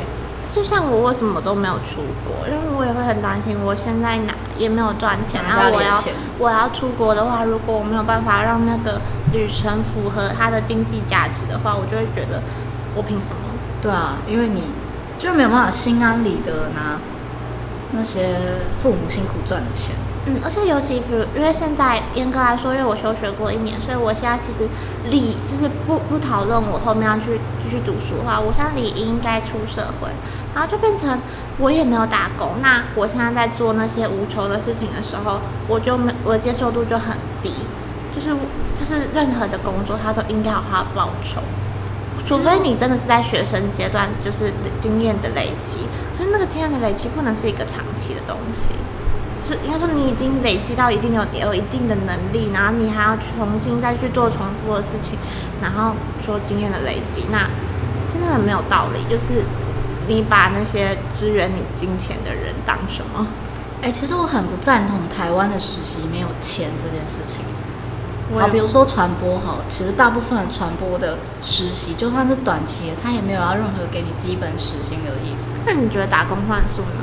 [SPEAKER 2] 就像我为什么都没有出国，因为我也会很担心，我现在哪也没有赚钱，然
[SPEAKER 3] 哪
[SPEAKER 2] 后
[SPEAKER 3] 家
[SPEAKER 2] 我
[SPEAKER 3] 里有
[SPEAKER 2] 要
[SPEAKER 3] 钱
[SPEAKER 2] 我要出国的话，如果我没有办法让那个旅程符合它的经济价值的话，我就会觉得我凭什么？
[SPEAKER 3] 对啊，因为你就没有办法心安理得拿那些父母辛苦赚的钱。
[SPEAKER 2] 嗯，而且尤其比如，因为现在严格来说，因为我休学过一年，所以我现在其实理就是不不讨论我后面要去继续读书的话，我现在理应该出社会，然后就变成我也没有打工，那我现在在做那些无酬的事情的时候，我就没我的接受度就很低，就是就是任何的工作它都应该有它的报酬。除非你真的是在学生阶段，就是经验的累积，可是那个经验的累积不能是一个长期的东西，就是应该说你已经累积到一定有有一定的能力，然后你还要重新再去做重复的事情，然后说经验的累积，那真的很没有道理。就是你把那些支援你金钱的人当什么？
[SPEAKER 3] 哎、其实我很不赞同台湾的实习没有钱这件事情。
[SPEAKER 2] 我
[SPEAKER 3] 好，
[SPEAKER 2] 也
[SPEAKER 3] 比如说传播好，其实大部分的传播的实习，就算是短期的，它也没有要任何给你基本时薪的意思。
[SPEAKER 2] 那你觉得打工换宿呢？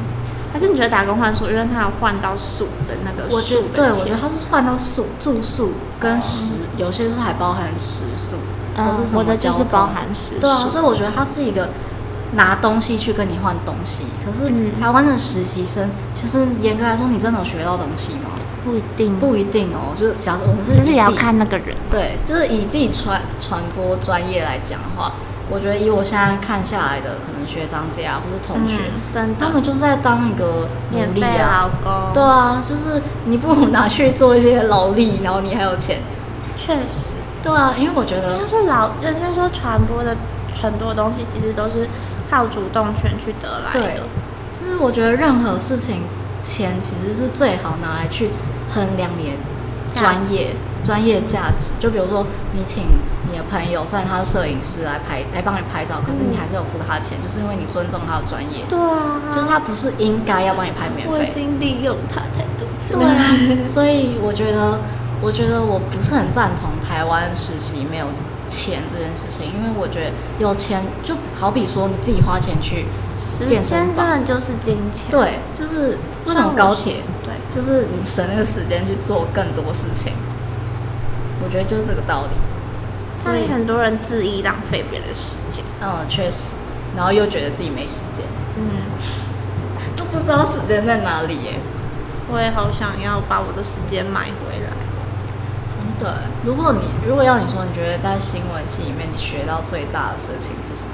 [SPEAKER 2] 还是你觉得打工换宿，因为他有换到宿的那个
[SPEAKER 3] 我觉得
[SPEAKER 2] 宿，的
[SPEAKER 3] 对我
[SPEAKER 2] 钱
[SPEAKER 3] 觉得它是换到宿住宿跟食，有些是还包含食宿，
[SPEAKER 2] 嗯
[SPEAKER 3] 或是什么
[SPEAKER 2] 我的就是
[SPEAKER 3] 交通
[SPEAKER 2] 包含食宿
[SPEAKER 3] 对啊，所以我觉得它是一个拿东西去跟你换东西。可是
[SPEAKER 2] 嗯
[SPEAKER 3] 台湾的实习生，其实严格来说，你真的有学到东西吗？
[SPEAKER 2] 不一定，
[SPEAKER 3] 不一定哦。就是假设我嗯们是
[SPEAKER 2] 就是
[SPEAKER 3] 以
[SPEAKER 2] 也要
[SPEAKER 3] 自己
[SPEAKER 2] 看那个人。
[SPEAKER 3] 对，就是以自己传传播专业来讲的话，我觉得以我现在看下来的，可能学长姐啊，或是同学，
[SPEAKER 2] 嗯真的
[SPEAKER 3] 他们就是在当一个
[SPEAKER 2] 免
[SPEAKER 3] 奴
[SPEAKER 2] 费
[SPEAKER 3] 隶
[SPEAKER 2] 劳
[SPEAKER 3] 啊。
[SPEAKER 2] 工，
[SPEAKER 3] 对，啊，就是你不如拿去做一些劳力，然后你还有钱。
[SPEAKER 2] 确实，
[SPEAKER 3] 对啊，因为我觉得
[SPEAKER 2] 应该说劳，人家说传播的很多东西其实都是靠主动权去得来
[SPEAKER 3] 对
[SPEAKER 2] 的。，
[SPEAKER 3] 就是我觉得任何事情钱其实是最好拿来去衡量你的
[SPEAKER 2] 价
[SPEAKER 3] 专业专业价值。就比如说你请你的朋友，虽然他是摄影师来拍来帮你拍照，可是你还是有付他的钱，就是因为你尊重他的专业，
[SPEAKER 2] 对啊，
[SPEAKER 3] 就是他不是应该要帮你拍免
[SPEAKER 2] 我已
[SPEAKER 3] 费。
[SPEAKER 2] 经利用他太多次
[SPEAKER 3] 对
[SPEAKER 2] 了。
[SPEAKER 3] 啊，所以我觉得，我觉得我不是很赞同台湾实习没有钱这件事情，因为我觉得有钱就好比说你自己花钱去
[SPEAKER 2] 时
[SPEAKER 3] 健
[SPEAKER 2] 间
[SPEAKER 3] 身
[SPEAKER 2] 真
[SPEAKER 3] 房，
[SPEAKER 2] 的就是金钱。，
[SPEAKER 3] 对，就是为什么高铁，
[SPEAKER 2] 对，
[SPEAKER 3] 就是你省那个时间去做更多事情，我觉得就是这个道理。所
[SPEAKER 2] 所
[SPEAKER 3] 以
[SPEAKER 2] 以，很多人恣意浪费别人的时间。
[SPEAKER 3] 嗯，确实，然后又觉得自己没时间，
[SPEAKER 2] 嗯，
[SPEAKER 3] 都不知道时间在哪里耶。
[SPEAKER 2] 我也好想要把我的时间买回来。
[SPEAKER 3] 真的，如果你如果要你说，你觉得在新闻系里面你学到最大的事情是什么？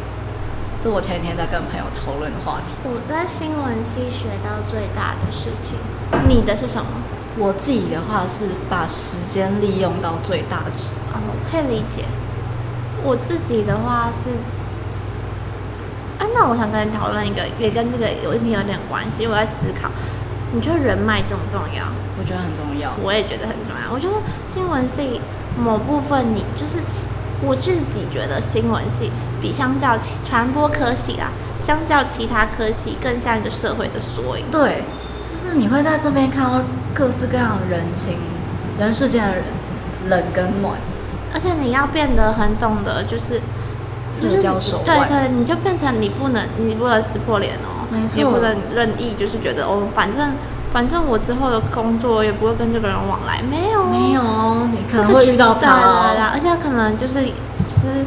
[SPEAKER 3] 这我前几天在跟朋友讨论的话题。
[SPEAKER 2] 我在新闻系学到最大的事情，你的是什么？
[SPEAKER 3] 我自己的话是把时间利用到最大值。
[SPEAKER 2] 哦，我可以理解。我自己的话是，啊，那我想跟你讨论一个，也跟这个有问题有点关系。我在思考，你觉得人脉重不重要？
[SPEAKER 3] 我觉得很重要。
[SPEAKER 2] 我也觉得很重要。我觉得新闻系某部分你就是，我自己觉得新闻系比相较其传播科系啦，相较其他科系更像一个社会的缩影。
[SPEAKER 3] 对，就是你会在这边看到各式各样的人情、人世间的人冷跟暖，
[SPEAKER 2] 而且你要变得很懂得，就是
[SPEAKER 3] 社交手
[SPEAKER 2] 对
[SPEAKER 3] 腕。
[SPEAKER 2] 对，你就变成你不能，你不能撕破脸哦，
[SPEAKER 3] 没错
[SPEAKER 2] 你也不能任意，就是觉得哦，反正反正我之后的工作也不会跟这个人往来，没有哦
[SPEAKER 3] 没有哦，你可能会遇到他
[SPEAKER 2] 对
[SPEAKER 3] 哦。
[SPEAKER 2] 啦，而且可能就是其实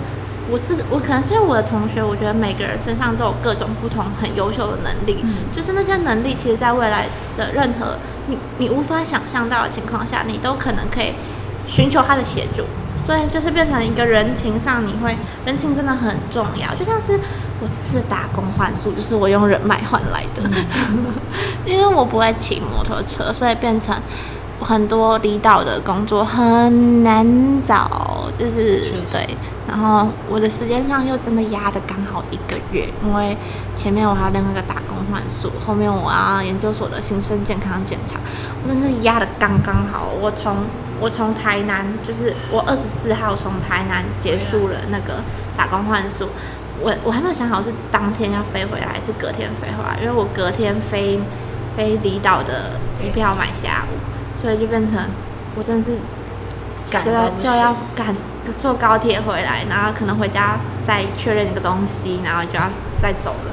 [SPEAKER 2] 我自我可能是因为我的同学，我觉得每个人身上都有各种不同很优秀的能力，
[SPEAKER 3] 嗯
[SPEAKER 2] 就是那些能力，其实在未来的任何你你无法想象到的情况下，你都可能可以寻求他的协助。所以就是变成一个人情上，你会人情真的很重要，就像是我这次打工换宿，就是我用人脉换来的，因为我不会骑摩托车，所以变成很多离岛的工作很难找，就是
[SPEAKER 3] 确实
[SPEAKER 2] 对。然后我的时间上又真的压的刚好一个月，因为前面我还有另外一个打工换宿，后面我要研究所的新生健康检查，我真是压的刚刚好。我从我从台南，就是我二十四号从台南结束了那个打工换宿，我我还没有想好是当天要飞回来还是隔天飞回来，因为我隔天飞飞离岛的机票买下午，所以就变成我真是
[SPEAKER 3] 赶
[SPEAKER 2] 就
[SPEAKER 3] 到
[SPEAKER 2] 要
[SPEAKER 3] 不
[SPEAKER 2] 就
[SPEAKER 3] 行
[SPEAKER 2] 要赶坐高铁回来，然后可能回家再确认一个东西，然后就要再走了。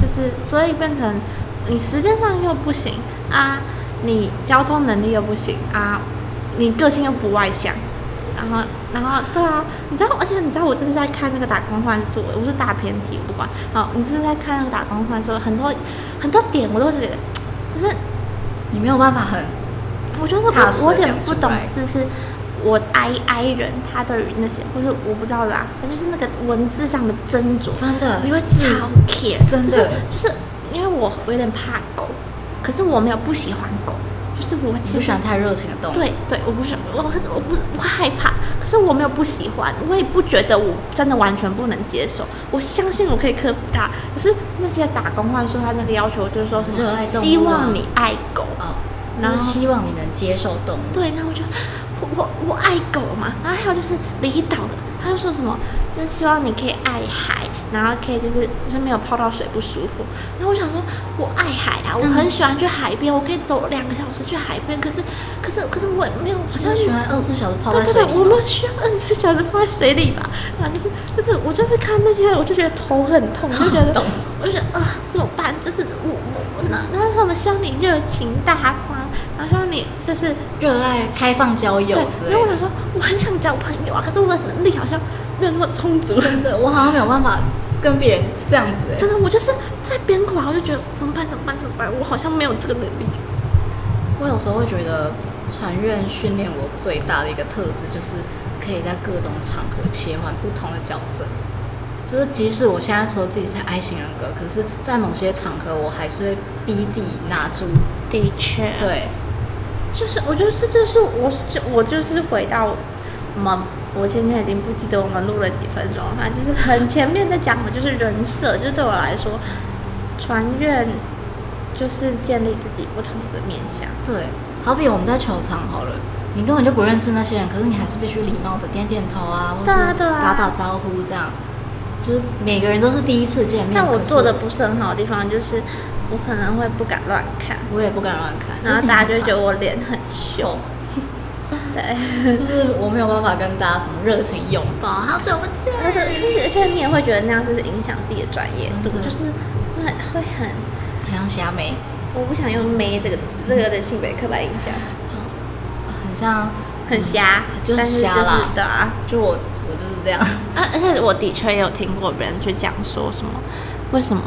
[SPEAKER 2] 就是所以变成你时间上又不行啊，你交通能力又不行啊，你个性又不外向，然后然后对啊，你知道，而且你知道我这次在看那个打工换宿，我是大偏题不管，好，你这次在看那个打工换宿，很多很多点我都觉得，就是
[SPEAKER 3] 你没有办法很
[SPEAKER 2] 我觉得
[SPEAKER 3] 踏
[SPEAKER 2] 我
[SPEAKER 3] 实
[SPEAKER 2] 我
[SPEAKER 3] 地
[SPEAKER 2] 有点
[SPEAKER 3] 讲
[SPEAKER 2] 不
[SPEAKER 3] 出
[SPEAKER 2] 懂
[SPEAKER 3] 来，
[SPEAKER 2] 是不是我 I I 人他对于那些，或是我不知道啦，反正就是那个文字上的斟酌，
[SPEAKER 3] 真的
[SPEAKER 2] 你会呃超 care，
[SPEAKER 3] 真
[SPEAKER 2] 就是
[SPEAKER 3] 的
[SPEAKER 2] 就是因为我我有点怕狗，可是我没有不喜欢狗，就是我
[SPEAKER 3] 你
[SPEAKER 2] 其
[SPEAKER 3] 不喜
[SPEAKER 2] 实
[SPEAKER 3] 欢太热情的动物。
[SPEAKER 2] 对对，我不喜欢，我我不我害怕，可是我没有不喜欢，我也不觉得我真的完全不能接受，我相信我可以克服它。可是那些打工换说他那个要求就是说什
[SPEAKER 3] 热爱
[SPEAKER 2] 么
[SPEAKER 3] 动物
[SPEAKER 2] 希
[SPEAKER 3] 啊
[SPEAKER 2] 望你爱狗，
[SPEAKER 3] 哦，
[SPEAKER 2] 然
[SPEAKER 3] 然
[SPEAKER 2] 后
[SPEAKER 3] 后希望你能接受动物。
[SPEAKER 2] 对，那我就我我我爱狗嘛，然后还有就是离岛的，他就说什么，就是希望你可以爱海，然后可以就是就是没有泡到水不舒服。然后我想说，我爱海啊，我
[SPEAKER 3] 但
[SPEAKER 2] 很
[SPEAKER 3] 你
[SPEAKER 2] 喜欢去海边，我可以走两个小时去海边，可是可是可是我也没有好
[SPEAKER 3] 好
[SPEAKER 2] 像
[SPEAKER 3] 像喜欢二十四小时泡
[SPEAKER 2] 对
[SPEAKER 3] 在
[SPEAKER 2] 对
[SPEAKER 3] 水
[SPEAKER 2] 对，
[SPEAKER 3] 里。
[SPEAKER 2] 我们需要二十四小时泡在水里吧。然后就是就是，我就会看那些，我就觉得头很 痛，我就觉得
[SPEAKER 3] 懂，
[SPEAKER 2] 我就觉得啊、怎么办？就是我我我那那他们希望你热情大方，然后希望你就是
[SPEAKER 3] 热爱开放交友
[SPEAKER 2] 对
[SPEAKER 3] 之，
[SPEAKER 2] 因为我想
[SPEAKER 3] 类的。
[SPEAKER 2] 说，我很想交朋友啊，可是我的能力好像没有那么充足。
[SPEAKER 3] 真的，我好像没有办法跟别人这样子、欸。
[SPEAKER 2] 真的，我就是在边滑，我就觉得怎么办？怎么办？怎么办？我好像没有这个能力。
[SPEAKER 3] 我有时候会觉得，船院训练我最大的一个特质就是可以在各种场合切换不同的角色。就是即使我现在说自己是 I 型人格，可是在某些场合，我还是会逼自己拿出
[SPEAKER 2] 的确，
[SPEAKER 3] 对
[SPEAKER 2] 就是我觉得这就是我就我就是回到我们，我现在已经不记得我们录了几分钟了，反正就是很前面在讲的就是人设，就对我来说，传愿就是建立自己不同的面相。
[SPEAKER 3] 对，好比我们在球场好了，你根本就不认识那些人，可是你还是必须礼貌的点点头啊，或
[SPEAKER 2] 对啊
[SPEAKER 3] 是
[SPEAKER 2] 对啊
[SPEAKER 3] 打打招呼这样。就是每个人都是第一次见面，
[SPEAKER 2] 但我
[SPEAKER 3] 可是
[SPEAKER 2] 做的不是很好的地方就是，我可能会不敢乱看，
[SPEAKER 3] 我也不敢乱看，
[SPEAKER 2] 然后大家就觉得
[SPEAKER 3] 有，
[SPEAKER 2] 我脸很凶。对，
[SPEAKER 3] 就是我没有办法跟大家什么热情拥抱， 好久不见，
[SPEAKER 2] 而且而且你也会觉得那样就是影响自己的专业度
[SPEAKER 3] 真，的
[SPEAKER 2] 就是会会很，
[SPEAKER 3] 好像虾妹，
[SPEAKER 2] 我不想用“妹”这个词，这个有点性别刻板印象，
[SPEAKER 3] 很像，
[SPEAKER 2] 很瞎，
[SPEAKER 3] 就是
[SPEAKER 2] 但是
[SPEAKER 3] 瞎
[SPEAKER 2] 嗯就是
[SPEAKER 3] 啦
[SPEAKER 2] 对啊。
[SPEAKER 3] 就我我就是这样，
[SPEAKER 2] 啊，而且我的确也有听过别人去讲说什么，为什么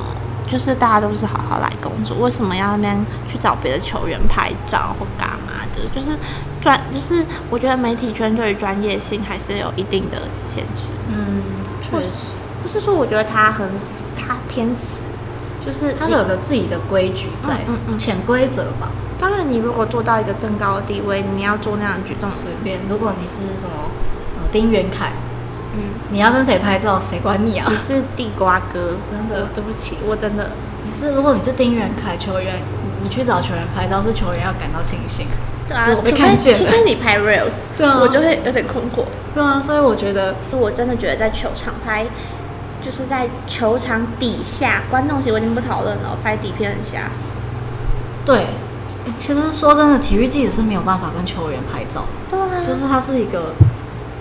[SPEAKER 2] 就是大家都是好好来工作，为什么要那边去找别的球员拍照或干嘛的？就是专，就是我觉得媒体圈对于专业性还是有一定的限制。
[SPEAKER 3] 嗯，
[SPEAKER 2] 或
[SPEAKER 3] 确
[SPEAKER 2] 是
[SPEAKER 3] 实，
[SPEAKER 2] 不是说我觉得他很死，他偏死，就是
[SPEAKER 3] 它
[SPEAKER 2] 你
[SPEAKER 3] 是有个自己的规矩在
[SPEAKER 2] 嗯嗯，嗯
[SPEAKER 3] 潜规则吧，
[SPEAKER 2] 当然，你如果做到一个更高的地位，你要做那样的举动，
[SPEAKER 3] 随便，如果你是什么呃丁元凯，
[SPEAKER 2] 嗯，
[SPEAKER 3] 你要跟谁拍照，谁管你啊
[SPEAKER 2] 你？是地瓜哥，
[SPEAKER 3] 真的
[SPEAKER 2] 我对不起，我真的
[SPEAKER 3] 你是如果你是丁元凯球员，你你去找球员拍照，是球员要感到庆幸。
[SPEAKER 2] 对啊，
[SPEAKER 3] 就我被
[SPEAKER 2] 除非
[SPEAKER 3] 看见了
[SPEAKER 2] 除非你拍 reels，
[SPEAKER 3] 对啊
[SPEAKER 2] 我就会有点困惑。
[SPEAKER 3] 对啊，所以我觉得
[SPEAKER 2] 我真的觉得在球场拍，就是在球场底下观众席我已经不讨论了，拍底片很瞎。
[SPEAKER 3] 对，其实说真的，体育记者是没有办法跟球员拍照，
[SPEAKER 2] 对啊，
[SPEAKER 3] 就是它是一个，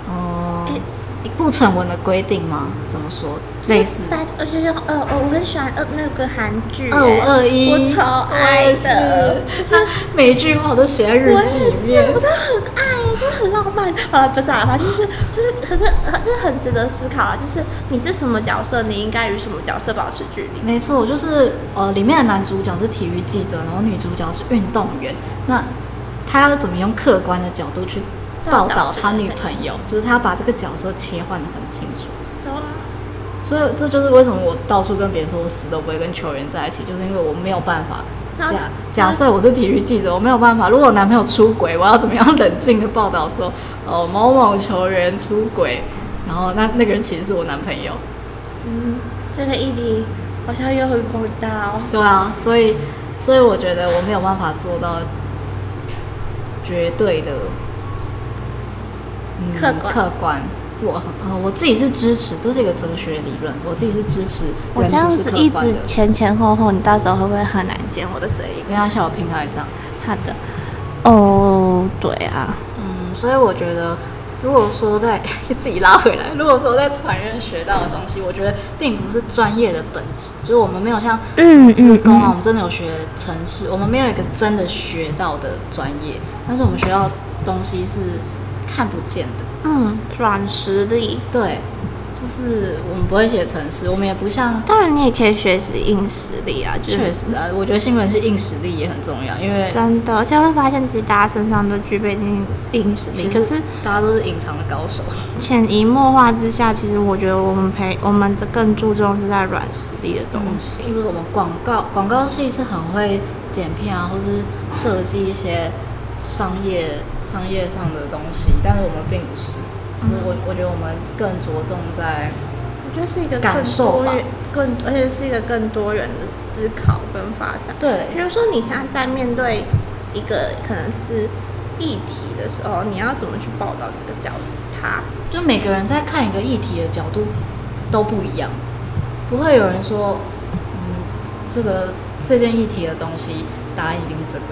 [SPEAKER 3] 哦、不成文的规定吗？怎么说？类似
[SPEAKER 2] 大，呃，就是呃，我我很喜欢呃那个韩剧、欸，
[SPEAKER 3] 二五二一，
[SPEAKER 2] 我超爱的，
[SPEAKER 3] 我也是，他每一句话都写在日
[SPEAKER 2] 我也
[SPEAKER 3] 记里
[SPEAKER 2] 是
[SPEAKER 3] 面，
[SPEAKER 2] 我。真的很爱，真的很浪漫啊！不是啊，反正就是就是，可是呃就是很值得思考啊！就是你是什么角色，你应该与什么角色保持距离。
[SPEAKER 3] 没错，就是呃，里面的男主角是体育记者，然后女主角是运动员。那他要怎么用客观的角度去报
[SPEAKER 2] 报道
[SPEAKER 3] 道
[SPEAKER 2] 这个
[SPEAKER 3] 他女
[SPEAKER 2] 人
[SPEAKER 3] 朋友？就是他把这个角色切换的很清楚。
[SPEAKER 2] 对啊，
[SPEAKER 3] 所以这就是为什么我到处跟别人说我死都不会跟球员在一起，就是因为我没有办法。
[SPEAKER 2] 那
[SPEAKER 3] 假假设我是体育记者，我没有办法。如果我男朋友出轨，我要怎么样冷静的报道说，哦某某球员出轨，然后那那个人其实是我男朋友。
[SPEAKER 2] 嗯，这个议题好像又很广大哦。
[SPEAKER 3] 对啊，所以所以我觉得我没有办法做到绝对的、嗯
[SPEAKER 2] 客观
[SPEAKER 3] 客观。我呃我自己是支持，这是一个哲学理论，我自己是支持
[SPEAKER 2] 我
[SPEAKER 3] 人
[SPEAKER 2] 这样
[SPEAKER 3] 不是
[SPEAKER 2] 子
[SPEAKER 3] 客
[SPEAKER 2] 一
[SPEAKER 3] 观
[SPEAKER 2] 直
[SPEAKER 3] 的。
[SPEAKER 2] 前前后后，你到时候会不会很难剪我的声音？
[SPEAKER 3] 没关系，我平常也这样。
[SPEAKER 2] 好的。哦，对啊，
[SPEAKER 3] 嗯，所以我觉得如果说在 自己拉回来，如果说在传人学到的东西，我觉得并不是专业的本质，就是我们没有像
[SPEAKER 2] 嗯
[SPEAKER 3] 自工啊，
[SPEAKER 2] 嗯
[SPEAKER 3] 我们真的有学城市，我们没有一个真的学到的专业，但是我们学到的东西是看不见的。
[SPEAKER 2] 嗯，软实力。
[SPEAKER 3] 对，就是我们不会写程式，我们也不像。
[SPEAKER 2] 当然，你也可以学习硬实力啊，就是
[SPEAKER 3] 确实啊，我觉得新闻是硬实力也很重要，因为
[SPEAKER 2] 真的，而且会发现其实大家身上都具备硬硬实力，
[SPEAKER 3] 其
[SPEAKER 2] 可
[SPEAKER 3] 实
[SPEAKER 2] 是
[SPEAKER 3] 大家都是隐藏的高手。
[SPEAKER 2] 潜移默化之下，其实我觉得我们培我们更注重是在软实力的东西。
[SPEAKER 3] 嗯就是我们广告广告系是很会剪片啊，或是设计一些商业商业上的东西，但是我们并不是，所以我我觉得我们更着重在
[SPEAKER 2] 嗯我觉得是一个
[SPEAKER 3] 感受吧，
[SPEAKER 2] 更而且是一个更多元的思考跟发展。
[SPEAKER 3] 对
[SPEAKER 2] 比如说你现在在面对一个可能是议题的时候，你要怎么去报道这个角度？它
[SPEAKER 3] 就每个人在看一个议题的角度都不一样，不会有人说，嗯，这个这件议题的东西答案一定是这个，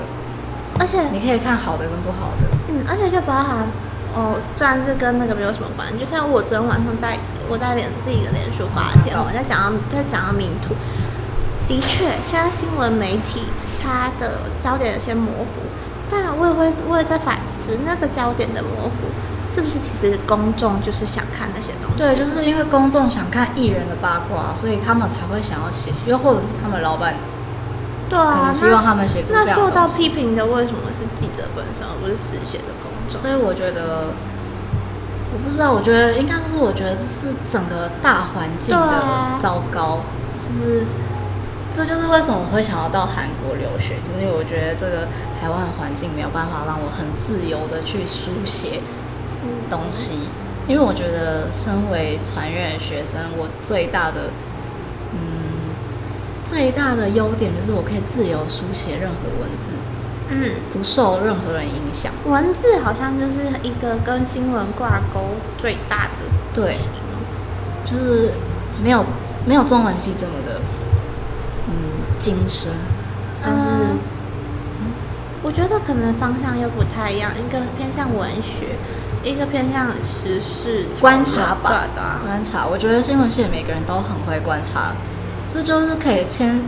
[SPEAKER 2] 而且
[SPEAKER 3] 你可以看好的跟不好的，
[SPEAKER 2] 嗯，而且就包含哦，虽然这跟那个没有什么关系，就像我昨天晚上在我在脸自己的脸书发一篇，我在讲到在讲到迷途，的确，现在新闻媒体它的焦点有些模糊，但我也会我也在反思那个焦点的模糊。是不是其实公众就是想看那些东西？
[SPEAKER 3] 对，就是因为公众想看艺人的八卦，所以他们才会想要写，又或者是他们老板
[SPEAKER 2] 对啊，那
[SPEAKER 3] 可能希望他们写出
[SPEAKER 2] 那
[SPEAKER 3] 这样的
[SPEAKER 2] 受到
[SPEAKER 3] 东西
[SPEAKER 2] 批评的为什么是记者本身，而不是实写的公众？
[SPEAKER 3] 所以我觉得，我不知道，我觉得应该就是我觉得这是整个大环境
[SPEAKER 2] 对
[SPEAKER 3] 的
[SPEAKER 2] 啊
[SPEAKER 3] 糟糕，就是这就是为什么我会想要到韩国留学，就是因为我觉得这个台湾的环境没有办法让我很自由的去书写东西，
[SPEAKER 2] 嗯
[SPEAKER 3] 因为我觉得身为传院的学生，我最大的嗯最大的优点就是我可以自由书写任何文字，
[SPEAKER 2] 嗯，
[SPEAKER 3] 不受任何人影响。
[SPEAKER 2] 文字好像就是一个跟新闻挂钩最大的
[SPEAKER 3] 对，就是没有没有中文系这么的，嗯，精深，但是、
[SPEAKER 2] 嗯我觉得可能方向又不太一样，一个偏向文学，一个偏向时事讨论
[SPEAKER 3] 观察吧
[SPEAKER 2] 对啊对啊
[SPEAKER 3] 观察，我觉得新闻系的每个人都很会观察，这就是可以牵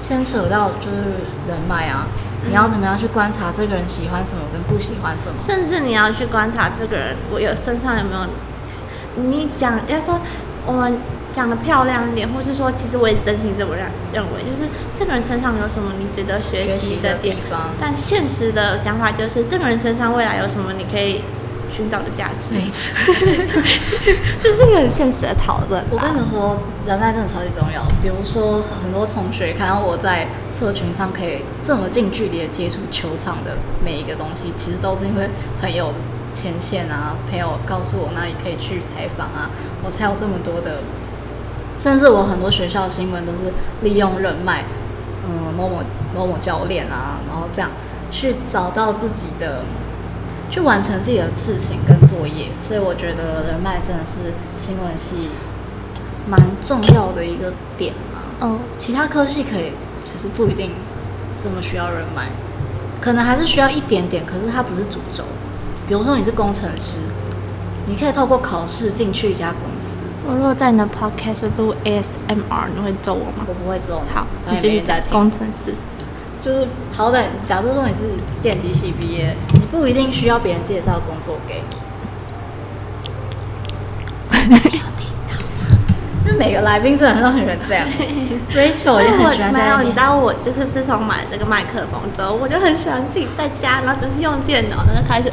[SPEAKER 3] 牵扯到就是人脉啊，你要怎么样去观察这个人喜欢什么跟不喜欢什么，
[SPEAKER 2] 甚至你要去观察这个人，我有身上有没有，你讲要说我们讲的漂亮一点，或是说其实我也真心这么认认为，就是这个人身上有什么你值得学
[SPEAKER 3] 学
[SPEAKER 2] 习
[SPEAKER 3] 习的
[SPEAKER 2] 点
[SPEAKER 3] 地。方。
[SPEAKER 2] 但现实的讲法就是，这个人身上未来有什么你可以寻找的价值，
[SPEAKER 3] 没错，
[SPEAKER 2] 这是一个很现实的讨论
[SPEAKER 3] 我跟你
[SPEAKER 2] 啦。
[SPEAKER 3] 们说，人脉真的超级重要。比如说，很多同学看到我在社群上可以这么近距离的接触球场的每一个东西，其实都是因为朋友牵线啊，朋友告诉我哪里可以去采访啊，我才有这么多的。甚至我很多学校的新闻都是利用人脉，嗯，某某某某教练啊，然后这样去找到自己的去完成自己的事情跟作业，所以我觉得人脉真的是新闻系蛮重要的一个点嘛。
[SPEAKER 2] 嗯，
[SPEAKER 3] 其他科系可以，其实不一定这么需要人脉，可能还是需要一点点，可是它不是主轴。比如说你是工程师，你可以透过考试进去一家公司，
[SPEAKER 2] 我如果在你的 podcast 录 ASMR，你会揍我吗？
[SPEAKER 3] 我不会中。
[SPEAKER 2] 好，
[SPEAKER 3] 反
[SPEAKER 2] 你
[SPEAKER 3] 正也
[SPEAKER 2] 继续
[SPEAKER 3] 没人在
[SPEAKER 2] 讲
[SPEAKER 3] 听。
[SPEAKER 2] 工程师。
[SPEAKER 3] 就是好歹，假设说你是电机系毕业，你不一定需要别人介绍工作 给你。有听到吗？就每个来宾真的很让人这 样。Rachel 也很喜欢
[SPEAKER 2] 没
[SPEAKER 3] 在那
[SPEAKER 2] 有，你
[SPEAKER 3] 边
[SPEAKER 2] 知，道我就是自从买了这个麦克风之后，我就很喜欢自己在家，然后只是用电脑，然后就开始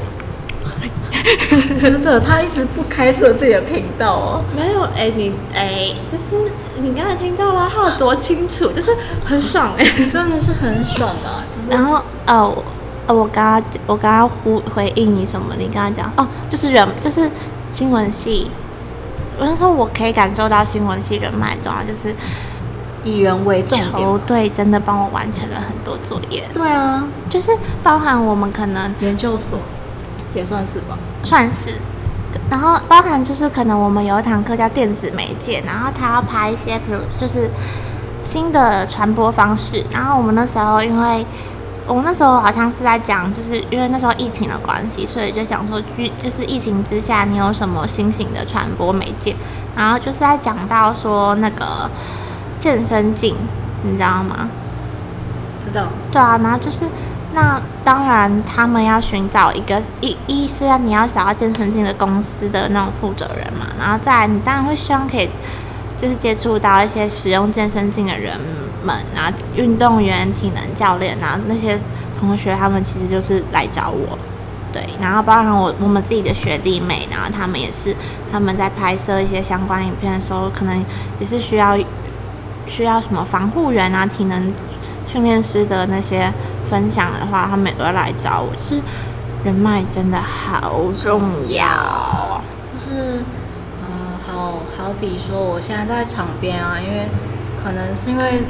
[SPEAKER 3] 真的，他一直不开设自己的频道哦。
[SPEAKER 2] 没有哎、你哎、就是你刚才听到了，它有多清楚，就是很爽哎、
[SPEAKER 3] 真的是很爽啊，就是
[SPEAKER 2] 然后哦，我哦我刚刚我刚刚呼回应你什么？你刚刚讲哦，就是人就是新闻系，我那时候我可以感受到新闻系人脉重要，就是
[SPEAKER 3] 以人为重点
[SPEAKER 2] 球
[SPEAKER 3] 嘛。
[SPEAKER 2] 队真的帮我完成了很多作业，
[SPEAKER 3] 对啊，
[SPEAKER 2] 就是包含我们可能
[SPEAKER 3] 研究所也算是吧。
[SPEAKER 2] 算是。然后包含就是可能我们有一堂课叫电子媒介，然后他要拍一些，比如就是新的传播方式。然后我们那时候因为我那时候好像是在讲，就是因为那时候疫情的关系，所以就想说，居就是疫情之下，你有什么新型的传播媒介？然后就是在讲到说那个健身镜，你知道吗？
[SPEAKER 3] 知道？
[SPEAKER 2] 对啊，然后就是那当然他们要寻找一个一一是要你要找到健身镜的公司的那种负责人嘛，然后再来你当然会希望可以就是接触到一些使用健身镜的人们啊，运动员、体能教练啊那些同学，他们其实就是来找我。对，然后包含我我们自己的学弟妹，然后他们也是他们在拍摄一些相关影片的时候，可能也是需要需要什么防护员啊、体能训练师的那些分享的话，他们也都会来找我。就是人脉真的好重要，
[SPEAKER 3] 就是，嗯，好好比说，我现在在场边啊，因为可能是因为，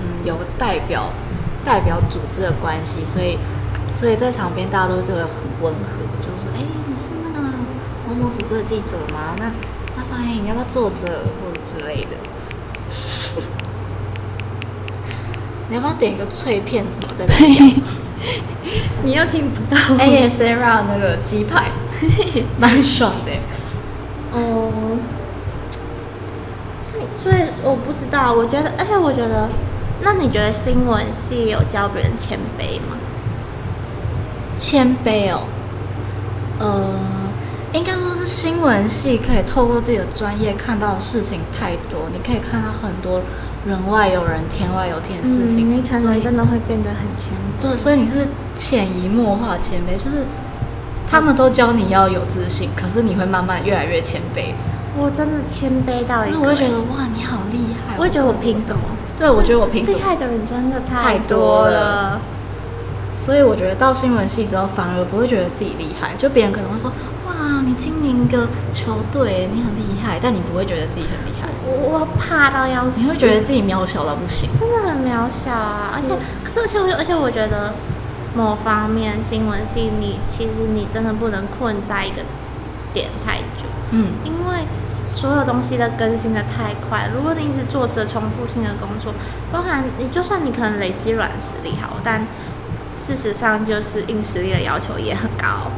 [SPEAKER 3] 嗯，有个代表代表组织的关系，所以所以在场边大家都对我很温和，就是哎、你是那个某某组织的记者吗？那那哎，你要不要坐着或者之类的？ 你要不要点一个脆片什么的？ 你又听不到 ASMR 那个鸡排， 蛮爽的欸。
[SPEAKER 2] 嗯，所以我不知道，我觉得，而且我觉得，那你觉得新闻系有教别人谦卑吗？
[SPEAKER 3] 谦卑哦，呃，应该说是新闻系可以透过自己的专业看到的事情太多，你可以看到很多人外有人，天外有天的事情。
[SPEAKER 2] 嗯，你可
[SPEAKER 3] 所
[SPEAKER 2] 能
[SPEAKER 3] 以
[SPEAKER 2] 真的会变得很谦卑。
[SPEAKER 3] 对，所以你是潜移默化谦卑，就是他们都教你要有自信，可是你会慢慢越来越谦卑。
[SPEAKER 2] 我真的谦卑到
[SPEAKER 3] 可
[SPEAKER 2] 一
[SPEAKER 3] 是
[SPEAKER 2] 个，
[SPEAKER 3] 我会觉得哇，你好厉害！
[SPEAKER 2] 我会觉得我凭什么？
[SPEAKER 3] 对，我觉得我凭什
[SPEAKER 2] 厉
[SPEAKER 3] 么？
[SPEAKER 2] 害的人真的
[SPEAKER 3] 太
[SPEAKER 2] 太
[SPEAKER 3] 多
[SPEAKER 2] 多
[SPEAKER 3] 了
[SPEAKER 2] 了。
[SPEAKER 3] 所以我觉得到新闻系之后，反而不会觉得自己厉害，就别人可能会说哇，你经营一个球队，你很厉害，但你不会觉得自己很厉害。
[SPEAKER 2] 我我怕到要死，
[SPEAKER 3] 你会觉得自己渺小到不行。
[SPEAKER 2] 真的很渺小啊！而且，可是而且我而且我觉得某方面新闻系你其实你真的不能困在一个点太久，
[SPEAKER 3] 嗯，
[SPEAKER 2] 因为所有东西都更新的太快。如果你一直做着重复性的工作，包含你就算你可能累积软实力好，但事实上就是硬实力的要求也很高。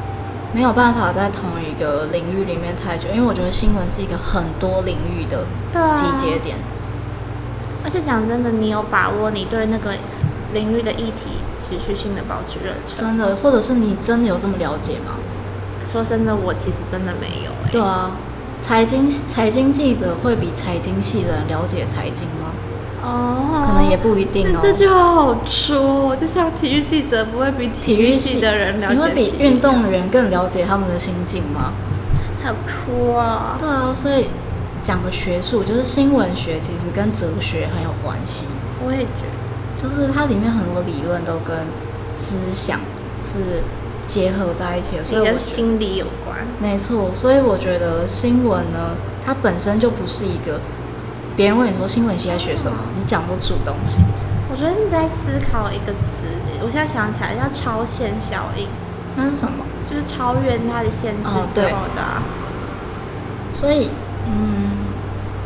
[SPEAKER 3] 没有办法在同一个领域里面太久，因为我觉得新闻是一个很多领域的
[SPEAKER 2] 对啊
[SPEAKER 3] 集结点。
[SPEAKER 2] 而且讲真的，你有把握，你对那个领域的议题持续性的保持热忱。
[SPEAKER 3] 真的，或者是你真的有这么了解吗？
[SPEAKER 2] 说真的，我其实真的没有、欸。
[SPEAKER 3] 对啊，财经财经记者会比财经系的人了解财经吗？
[SPEAKER 2] 哦，
[SPEAKER 3] 可能也不一定
[SPEAKER 2] 那
[SPEAKER 3] 哦。
[SPEAKER 2] 这句话好戳，就像体育记者不会比体育系的人了解
[SPEAKER 3] 你会比
[SPEAKER 2] 体育
[SPEAKER 3] 运动员更了解他们的心境吗？
[SPEAKER 2] 还有戳啊。
[SPEAKER 3] 对啊，所以讲个学术，就是新闻学其实跟哲学很有关系。
[SPEAKER 2] 我也觉得，
[SPEAKER 3] 就是它里面很多理论都跟思想是结合在一起的，所以
[SPEAKER 2] 也
[SPEAKER 3] 我
[SPEAKER 2] 跟
[SPEAKER 3] 觉得
[SPEAKER 2] 心理有关。
[SPEAKER 3] 没错，所以我觉得新闻呢，它本身就不是一个别人问你说新闻系在学什么，你讲不出东西。
[SPEAKER 2] 我昨天在思考一个词，我现在想起来叫超限效应，
[SPEAKER 3] 那是什么？
[SPEAKER 2] 就是超越它的限制
[SPEAKER 3] 哦
[SPEAKER 2] 之
[SPEAKER 3] 对
[SPEAKER 2] 后的啊、
[SPEAKER 3] 所以，嗯，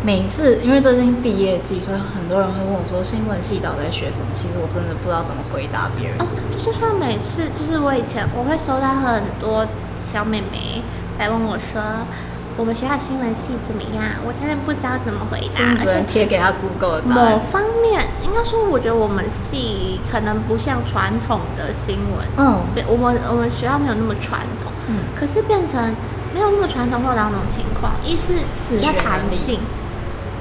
[SPEAKER 3] 每次因为最近是毕业季，所以很多人会问我说新闻系到底在学什么，其实我真的不知道怎么回答别人。
[SPEAKER 2] 哦，这就像每次，就是我以前我会收到很多小妹妹来问我说，我们学校新闻系怎么样？我真的不知道怎么回答，
[SPEAKER 3] 真的
[SPEAKER 2] 而
[SPEAKER 3] 只能
[SPEAKER 2] 且
[SPEAKER 3] 贴给他 Google 的答
[SPEAKER 2] 某
[SPEAKER 3] 案。
[SPEAKER 2] 方面，应该说，我觉得我们系可能不像传统的新闻，
[SPEAKER 3] 嗯
[SPEAKER 2] 对我们我们学校没有那么传统，
[SPEAKER 3] 嗯
[SPEAKER 2] 可是变成没有那么传统，会有两种情况，一是
[SPEAKER 3] 自
[SPEAKER 2] 比较
[SPEAKER 3] 学能
[SPEAKER 2] 弹
[SPEAKER 3] 力
[SPEAKER 2] 性，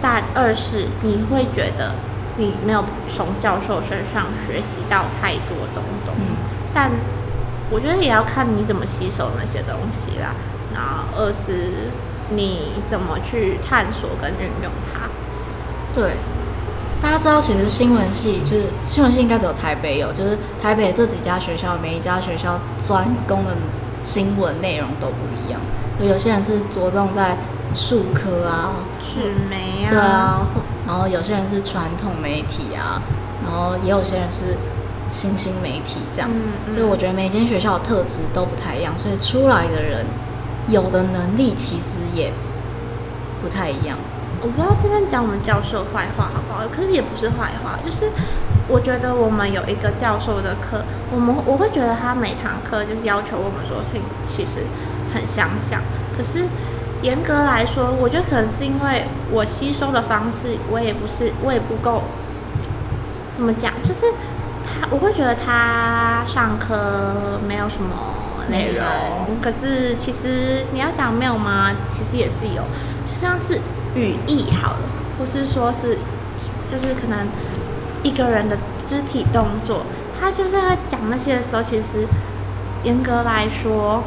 [SPEAKER 2] 但二是你会觉得你没有从教授身上学习到太多东东，
[SPEAKER 3] 嗯，
[SPEAKER 2] 但我觉得也要看你怎么吸收那些东西啦，然后二是你怎么去探索跟运用它。
[SPEAKER 3] 对，大家知道，其实新闻系就是新闻系应该只有台北有，就是台北这几家学校，每一家学校专攻的新闻内容都不一样。就有些人是着重在数科啊，
[SPEAKER 2] 纸媒啊，
[SPEAKER 3] 对啊，或然后有些人是传统媒体啊，然后也有些人是新兴媒体这样。
[SPEAKER 2] 嗯嗯
[SPEAKER 3] 所以我觉得每间学校的特质都不太一样，所以出来的人有的能力其实也不太一样。
[SPEAKER 2] 我不知道这边讲我们教授坏话好不好，可是也不是坏话，就是我觉得我们有一个教授的课，我们我会觉得他每堂课就是要求我们做事情其实很相像，可是严格来说，我觉得可能是因为我吸收的方式，我也不是我也不够，怎么讲，就是他我会觉得他上课没有什么内容，可是其实你要讲没有吗？其实也是有，就像是语义好了，或是说是就是可能一个人的肢体动作，他就是在讲那些的时候，其实严格来说，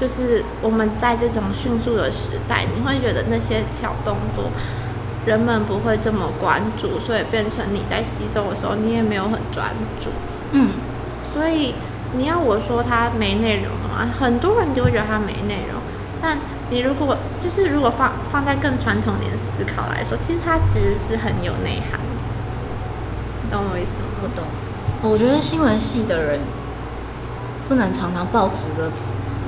[SPEAKER 2] 就是我们在这种迅速的时代，你会觉得那些小动作。人们不会这么关注，所以变成你在吸收的时候，你也没有很专注。
[SPEAKER 3] 嗯，
[SPEAKER 2] 所以你要我说它没内容啊，很多人就会觉得它没内容。但你如果就是如果放放在更传统点的思考来说，其实它其实是很有内涵的，你懂我意思吗？
[SPEAKER 3] 我懂。我觉得新闻系的人不能常常保持着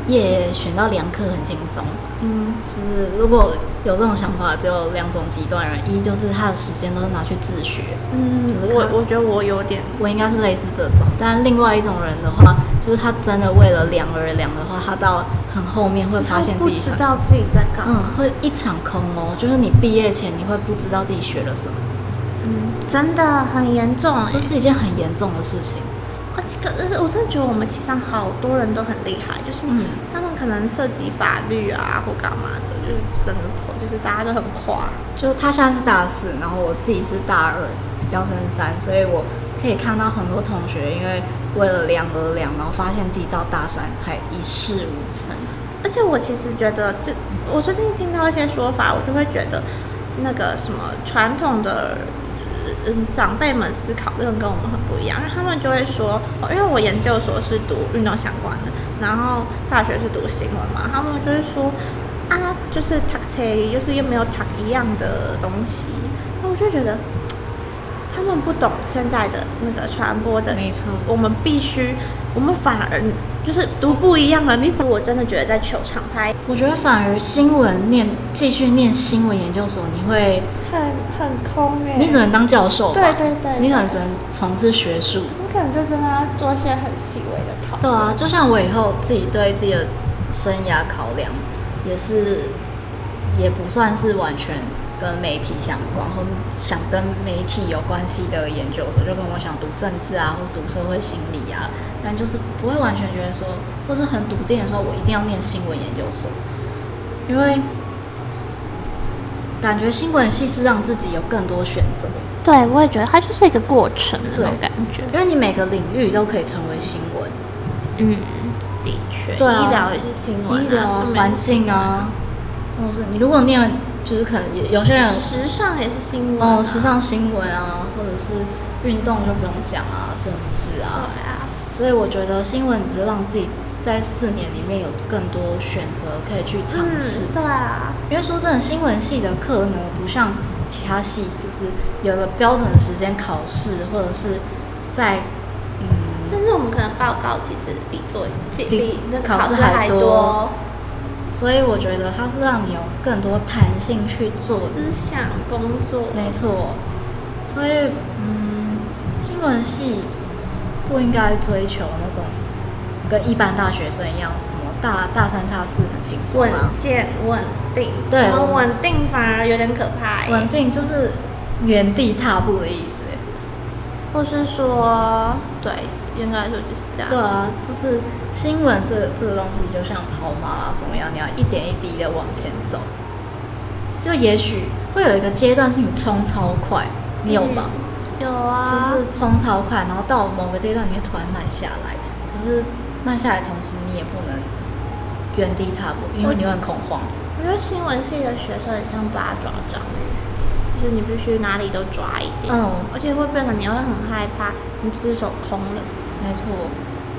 [SPEAKER 3] 耶选到良科很轻松，
[SPEAKER 2] 嗯，
[SPEAKER 3] 就是如果有这种想法，只有两种极端人，一就是他的时间都是拿去自学，
[SPEAKER 2] 嗯
[SPEAKER 3] 就是
[SPEAKER 2] 我
[SPEAKER 3] 看
[SPEAKER 2] 我觉得我有点，
[SPEAKER 3] 我应该是类似这种，但另外一种人的话，就是他真的为了量而量的话，他到很后面会发现
[SPEAKER 2] 不
[SPEAKER 3] 自己
[SPEAKER 2] 知
[SPEAKER 3] 很
[SPEAKER 2] 道自己在干嘛，
[SPEAKER 3] 嗯，会一场空哦，就是你毕业前你会不知道自己学了什么，
[SPEAKER 2] 嗯，真的很严重、欸，
[SPEAKER 3] 这是一件很严重的事情。
[SPEAKER 2] 而且可是我真的觉得我们系上好多人都很厉害，就是
[SPEAKER 3] 嗯
[SPEAKER 2] 他们可能涉及法律啊或干嘛的，就是整个就是大家都很跨。
[SPEAKER 3] 就他现在是大四，然后我自己是大二，要升三，所以我可以看到很多同学因为为了量而量，然后发现自己到大三还一事无成。
[SPEAKER 2] 而且我其实觉得，就我最近听到一些说法，我就会觉得那个什么传统的嗯长辈们思考真的跟我们很不一样，他们就会说，哦、因为我研究所是读运动相关的，然后大学是读新闻嘛，他们就会说啊，就是读册，就是又没有读一样的东西，那我就觉得。他们不懂现在的那个传播的
[SPEAKER 3] 没错
[SPEAKER 2] 嗯我们必须，我们反而就是读不一样的。你反我真的觉得在球场拍
[SPEAKER 3] 我觉得反而新闻念继续念新闻研究所，你会
[SPEAKER 2] 很很空哎
[SPEAKER 3] 你只能当教授吧，
[SPEAKER 2] 对对对
[SPEAKER 3] 你可能只能从事学术。
[SPEAKER 2] 你可能就真的要做一些很细微的讨
[SPEAKER 3] 对啊，就像我以后自己对自己的生涯考量，也是也不算是完全跟媒体相关，或是想跟媒体有关系的研究所，就跟我想读政治啊，或读社会心理啊，但就是不会完全觉得说，或是很笃定的说，我一定要念新闻研究所，因为感觉新闻系是让自己有更多选择，
[SPEAKER 2] 对，我也觉得它就是一个过程的那种
[SPEAKER 3] 对
[SPEAKER 2] 感觉。
[SPEAKER 3] 因为你每个领域都可以成为新闻。
[SPEAKER 2] 嗯，的确，
[SPEAKER 3] 对啊
[SPEAKER 2] 医疗也是新闻、啊，
[SPEAKER 3] 医疗啊
[SPEAKER 2] 是、没
[SPEAKER 3] 环境啊，或是你如果念，就是可能有有些人
[SPEAKER 2] 时尚也是新闻、啊
[SPEAKER 3] 哦，时。尚新闻啊，或者是运动就不用讲啊，政治
[SPEAKER 2] 对
[SPEAKER 3] 啊，
[SPEAKER 2] 啊，
[SPEAKER 3] 所以我觉得新闻只是让自己在四年里面有更多选择可以去尝
[SPEAKER 2] 嗯
[SPEAKER 3] 试。，
[SPEAKER 2] 对啊，
[SPEAKER 3] 因为说真的，新闻系的课呢，不像其他系，就是有个标准的时间考试，或者是在嗯，
[SPEAKER 2] 甚至我们可能报告其实比做比
[SPEAKER 3] 比
[SPEAKER 2] 比那个
[SPEAKER 3] 考试
[SPEAKER 2] 试
[SPEAKER 3] 还
[SPEAKER 2] 还
[SPEAKER 3] 多所以我觉得它是让你有更多弹性去做
[SPEAKER 2] 思想工作，
[SPEAKER 3] 没错，所以嗯，新闻系不应该追求那种跟一般大学生一样，什么大大三、大四很轻松
[SPEAKER 2] 稳
[SPEAKER 3] 啊，
[SPEAKER 2] 健稳定，
[SPEAKER 3] 对
[SPEAKER 2] 然后
[SPEAKER 3] 我们
[SPEAKER 2] 稳定反而有点可怕欸耶，
[SPEAKER 3] 稳定就是原地踏步的意思欸。
[SPEAKER 2] 或是说，对，应该来说就是这样。
[SPEAKER 3] 对啊，就是新闻这个这个东西，就像跑马拉松一样，你要一点一滴的往前走。就也许会有一个阶段是你冲超快，你有吗？
[SPEAKER 2] 有啊，
[SPEAKER 3] 就是冲超快，然后到某个阶段你会突然慢下来，可是慢下来的同时你也不能原地踏步，因为你会很恐慌。
[SPEAKER 2] 我觉得新闻系的学生很像八爪章鱼，就是你必须哪里都抓一点，
[SPEAKER 3] 嗯
[SPEAKER 2] 而且会变成你会很害怕，你只手空了。
[SPEAKER 3] 没错，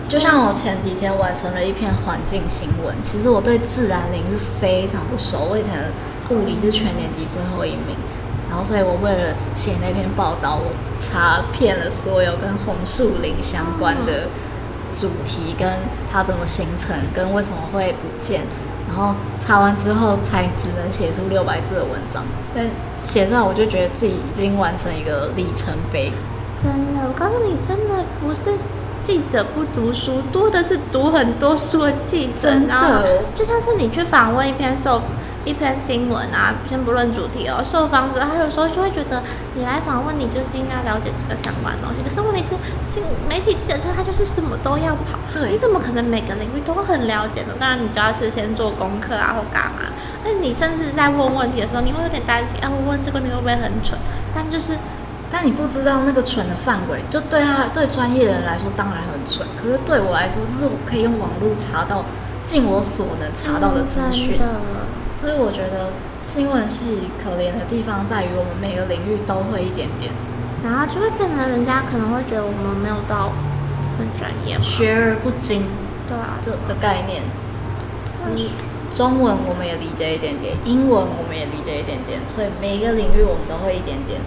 [SPEAKER 3] 就像我前几天完成了一篇环境新闻，其实我对自然领域非常不熟，我以前物理是全年级最后一名。然后，所以我为了写那篇报道，我查遍了所有跟红树林相关的主题，跟它怎么形成，跟为什么会不见。然后查完之后，才只能写出六百字的文章，但写出来我就觉得自己已经完成一个里程碑。
[SPEAKER 2] 真的，我告诉你，真的不是记者不读书，多的是读很多书的记者，
[SPEAKER 3] 真的
[SPEAKER 2] 然后就像是你去访问一篇受一篇新闻啊，先不论主题哦，受访者他有时候就会觉得你来访问你就是应该了解这个相关的东西，可是问题是新媒体记者他就是什么都要跑，
[SPEAKER 3] 对
[SPEAKER 2] 你怎么可能每个领域都很了解呢？当然你就要事先做功课啊或干嘛，那你甚至在问问题的时候，你会有点担心，啊我问这个你会不会很蠢？但就是。
[SPEAKER 3] 但你不知道那个蠢的范围，就对他对专业的人来说当然很蠢，可是对我来说，这是我可以用网络查到尽我所能查到的资讯。
[SPEAKER 2] 哦真的
[SPEAKER 3] 所以我觉得新闻系可怜的地方在于，我们每个领域都会一点点
[SPEAKER 2] 然后就会变成人家可能会觉得我们没有到很专业嘛，
[SPEAKER 3] 学而不精
[SPEAKER 2] 对啊，
[SPEAKER 3] 这的概念。
[SPEAKER 2] 但是
[SPEAKER 3] 中文我们也理解一点点，英文我们也理解一点点，所以每一个领域我们都会一点点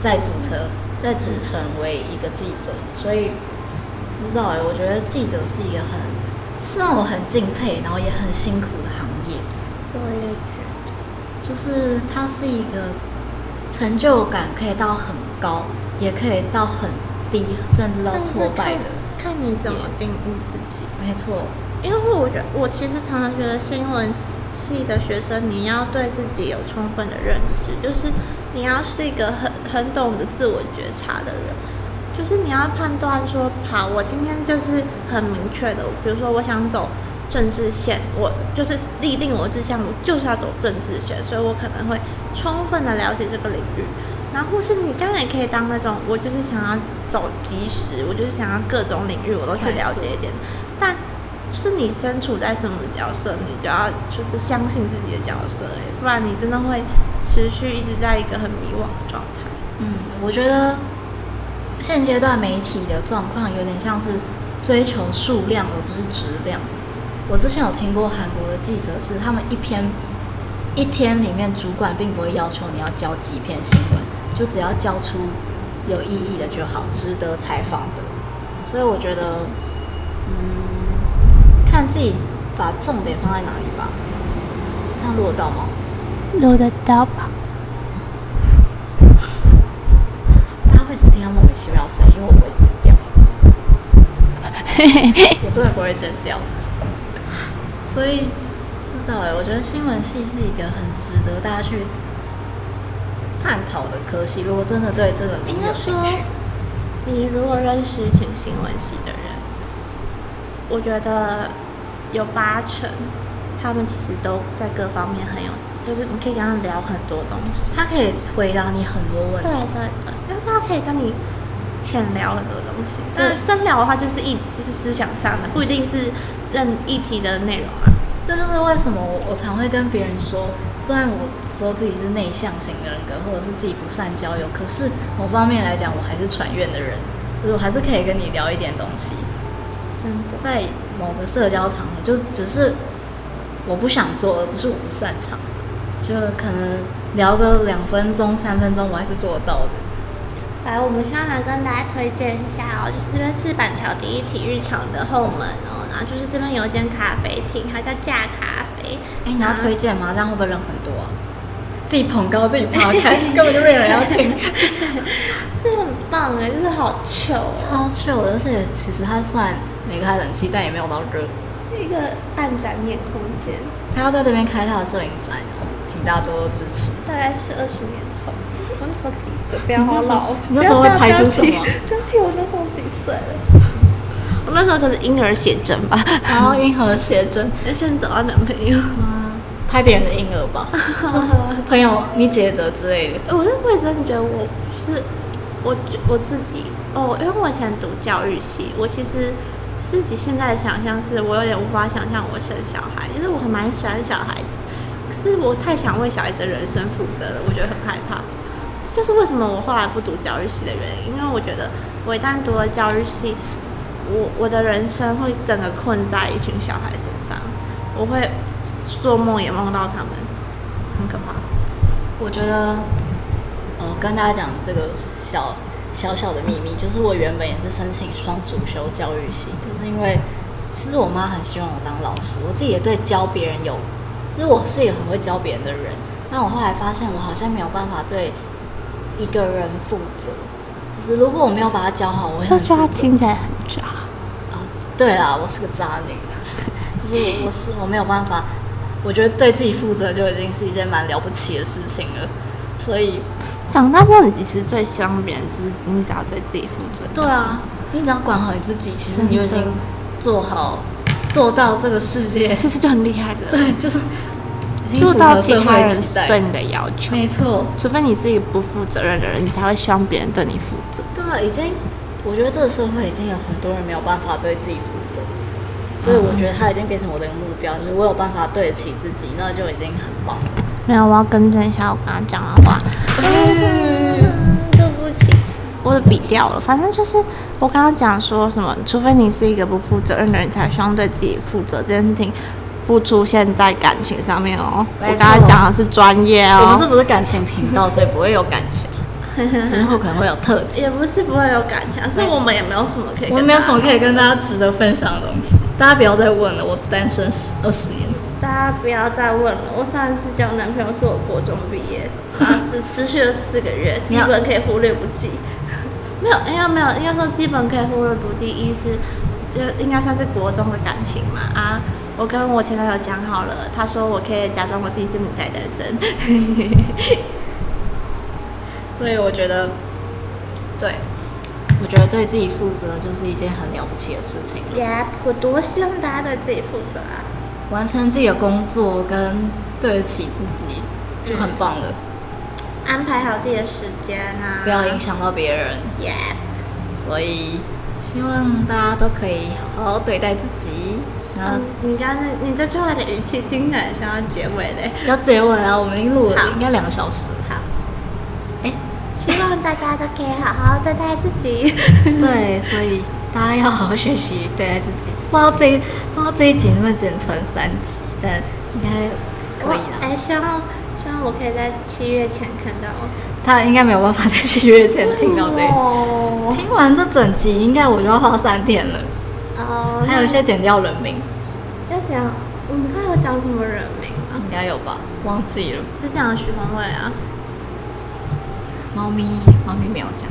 [SPEAKER 3] 在组成，在组成为一个记者。所以不知道哎、我觉得记者是一个很是让我很敬佩，然后也很辛苦的行业，
[SPEAKER 2] 我也觉
[SPEAKER 3] 就是它是一个成就感可以到很高，也可以到很低，甚至
[SPEAKER 2] 得
[SPEAKER 3] 到
[SPEAKER 2] 但是
[SPEAKER 3] 挫败的。
[SPEAKER 2] 看，看你怎么定义自己。
[SPEAKER 3] 没错，
[SPEAKER 2] 因为我觉得，我其实常常觉得新闻系的学生，你要对自己有充分的认知，就是你要是一个很很懂得自我觉察的人，就是你要判断说，好，我今天就是很明确的，比如说我想走政治线，我就是立定我的志向，我就是要走政治线，所以我可能会充分的了解这个领域。然后或是你当然也可以当那种，我就是想要走及时，我就是想要各种领域我都去
[SPEAKER 3] 快
[SPEAKER 2] 了
[SPEAKER 3] 速
[SPEAKER 2] 解一点，但就是你身处在什么角色，你就要就是相信自己的角色、欸，不然你真的会持续一直在一个很迷惘的状态。
[SPEAKER 3] 嗯，我觉得现阶段媒体的状况有点像是追求数量而不是质量。我之前有听过韩国的记者是，他们一篇一天里面，主管并不会要求你要交几篇新闻，就只要交出有意义的就好，值得采访的。所以我觉得，嗯，看自己把重点放在哪里吧。这样录得到吗？
[SPEAKER 2] 录得到吧？
[SPEAKER 3] 大家会只听到莫名其妙的声音，因为我不会剪 掉，我真的不会剪掉，所以不知道哎、我觉得新闻系是一个很值得大家去探讨的科系。如果真的对这个领域有兴趣，
[SPEAKER 2] 你如果认识请新闻系的人，我觉得有八成，他们其实都在各方面很有，就是你可以跟他们聊很多东西。
[SPEAKER 3] 它可以回答你很多问
[SPEAKER 2] 对
[SPEAKER 3] 题。
[SPEAKER 2] 对对，但是他可以跟你浅聊很多东西。但是深聊的话，就是一就是思想上的，不一定是任议题的内容啊。
[SPEAKER 3] 这就是为什么我我常会跟别人说，虽然我说自己是内向型人格，或者是自己不善交友，可是某方面来讲，我还是传院的人，就是我还是可以跟你聊一点东西。
[SPEAKER 2] 真的，
[SPEAKER 3] 在某个社交场合，就只是我不想做，而不是我不擅长，就可能聊个两分钟、三分钟，我还是做得到的。
[SPEAKER 2] 来，我们现在来跟大家推荐一下哦，就是这边是板桥第一体育场的后门哦，然后就是这边有一间咖啡厅，它叫架咖啡。
[SPEAKER 3] 哎，你要
[SPEAKER 2] 然后
[SPEAKER 3] 推荐吗？这样会不会人很多啊？自己捧高自 己 podcast，根本就没有人要听，
[SPEAKER 2] 这个很棒哎，就是好糗哦，
[SPEAKER 3] 超 chill 的。而且其实它算没开冷气，但也没有到热。
[SPEAKER 2] 一个半展演空间，
[SPEAKER 3] 他要在这边开他的摄影展，请大家多多支持。
[SPEAKER 2] 大概是二十年后。我那时候几岁？不
[SPEAKER 3] 你
[SPEAKER 2] 要
[SPEAKER 3] 那
[SPEAKER 2] 好
[SPEAKER 3] 时候
[SPEAKER 2] 老。
[SPEAKER 3] 你那时候会拍出什么
[SPEAKER 2] 不要不要提我那时候几岁了？我那时候可是婴儿写真吧，
[SPEAKER 3] 然后银河写真，
[SPEAKER 2] 要先找到男朋友。
[SPEAKER 3] 嗯，拍别人的婴儿 吧，就朋友你姐的之类的。
[SPEAKER 2] 我是会真的觉得我是我觉我自己哦，因为我以前读教育系，我其实自己现在的想象是我有点无法想象我生小孩，就是我很蛮喜欢小孩子，可是我太想为小孩子的人生负责了，我觉得很害怕。这就是为什么我后来不读教育系的原因，因为我觉得我一旦读了教育系，我我的人生会整个困在一群小孩身上，我会做梦也梦到他们，很可怕。
[SPEAKER 3] 我觉得，呃，跟大家讲这个小小小的秘密，就是我原本也是申请双主修教育系，就是因为其实我妈很希望我当老师，我自己也对教别人有，就是我是一个很会教别人的人，但我后来发现我好像没有办法对一个人负责，可是如果我没有把它教好，我会
[SPEAKER 2] 这
[SPEAKER 3] 很
[SPEAKER 2] 句话
[SPEAKER 3] 自责
[SPEAKER 2] 听起来很渣。
[SPEAKER 3] 哦，对啦， 我是个渣女，就是我我是我没有办法，我觉得对自己负责就已经是一件蛮了不起的事情了，所以
[SPEAKER 2] 长大之后，你其实最希望别人就是你只要对自己负责。
[SPEAKER 3] 对啊，你只要管好你自己，其实你就已
[SPEAKER 2] 真
[SPEAKER 3] 经
[SPEAKER 2] 的
[SPEAKER 3] 做好做到这个世界，
[SPEAKER 2] 其实就很厉害的，
[SPEAKER 3] 对，就是已经
[SPEAKER 2] 做
[SPEAKER 3] 符
[SPEAKER 2] 到
[SPEAKER 3] 合
[SPEAKER 2] 其
[SPEAKER 3] 社
[SPEAKER 2] 他
[SPEAKER 3] 会
[SPEAKER 2] 人
[SPEAKER 3] 期
[SPEAKER 2] 对
[SPEAKER 3] 待，
[SPEAKER 2] 你的要求。
[SPEAKER 3] 没错，
[SPEAKER 2] 除非你是一个不负责任的人，你才会希望别人对你负责。
[SPEAKER 3] 对啊，已经，我觉得这个社会已经有很多人没有办法对自己负责，所以我觉得它已经变成我的一个目标，就是我有办法对得起自己，那就已经很棒了。
[SPEAKER 2] 没有，我要更正一下我刚刚讲的话，
[SPEAKER 3] 对不起，
[SPEAKER 2] 我的笔掉了。反正就是我刚刚讲说什么，除非你是一个不负责任的人，才希望对自己负责这件事情，不出现在感情上面哦。我
[SPEAKER 3] 没错
[SPEAKER 2] 刚刚讲的是专业
[SPEAKER 3] 我们这
[SPEAKER 2] 哦，
[SPEAKER 3] 不是感情频道，所以不会有感情， 之后可能会有特辑。
[SPEAKER 2] 也不是不会有感情，是
[SPEAKER 3] 我
[SPEAKER 2] 们也没有什么可以
[SPEAKER 3] 我 没有什么可以跟大家值得分享的东西，大家不要再问了，我单身十二十年了。
[SPEAKER 2] 大家不要再问了。我上一次交男朋友是我国中毕业，然后只持续了四个 月，基
[SPEAKER 3] 你要
[SPEAKER 2] 本可以忽略不计。 没有，应该没有，应该说基本可以忽略不计，意思就应该算是国中的感情嘛啊。我跟我前男友讲好了，他说我可以假装我自己是母胎单身。
[SPEAKER 3] 所以我觉得，对，我觉得对自己负责就是一件很了不起的事情了。
[SPEAKER 2] 耶，我多希望大家对自己负责啊！
[SPEAKER 3] 完成自己的工作跟对得起自己，就很棒了。
[SPEAKER 2] 安排好自己的时间啊
[SPEAKER 3] 不要影。响到别人，
[SPEAKER 2] 耶、
[SPEAKER 3] 所以希望大家都可以好好对待自己。然后
[SPEAKER 2] 嗯，你刚刚你这句话的语气听起来像要结尾嘞。
[SPEAKER 3] 要结尾了，我们已经录了
[SPEAKER 2] 好
[SPEAKER 3] 应该两个小时。好，哎，
[SPEAKER 2] 希望大家都可以好好对待自己。
[SPEAKER 3] 对，所以大家要好好学习，对待自己。不知道这一不知道这一集能不能剪成三集，但应该可以啊
[SPEAKER 2] 我
[SPEAKER 3] 啦。
[SPEAKER 2] 哎，希望希望我可以在七月前看到我。
[SPEAKER 3] 他应该没有办法在七月前听到这一集。
[SPEAKER 2] 哦
[SPEAKER 3] 听完这整集，应该我就要花三天了。
[SPEAKER 2] 哦，
[SPEAKER 3] 还有一些剪掉人名，
[SPEAKER 2] 要讲，你看我讲什么人名吗？
[SPEAKER 3] 应该有吧？忘记了。
[SPEAKER 2] 只讲了徐宏伟啊。
[SPEAKER 3] 猫咪，猫咪没有讲。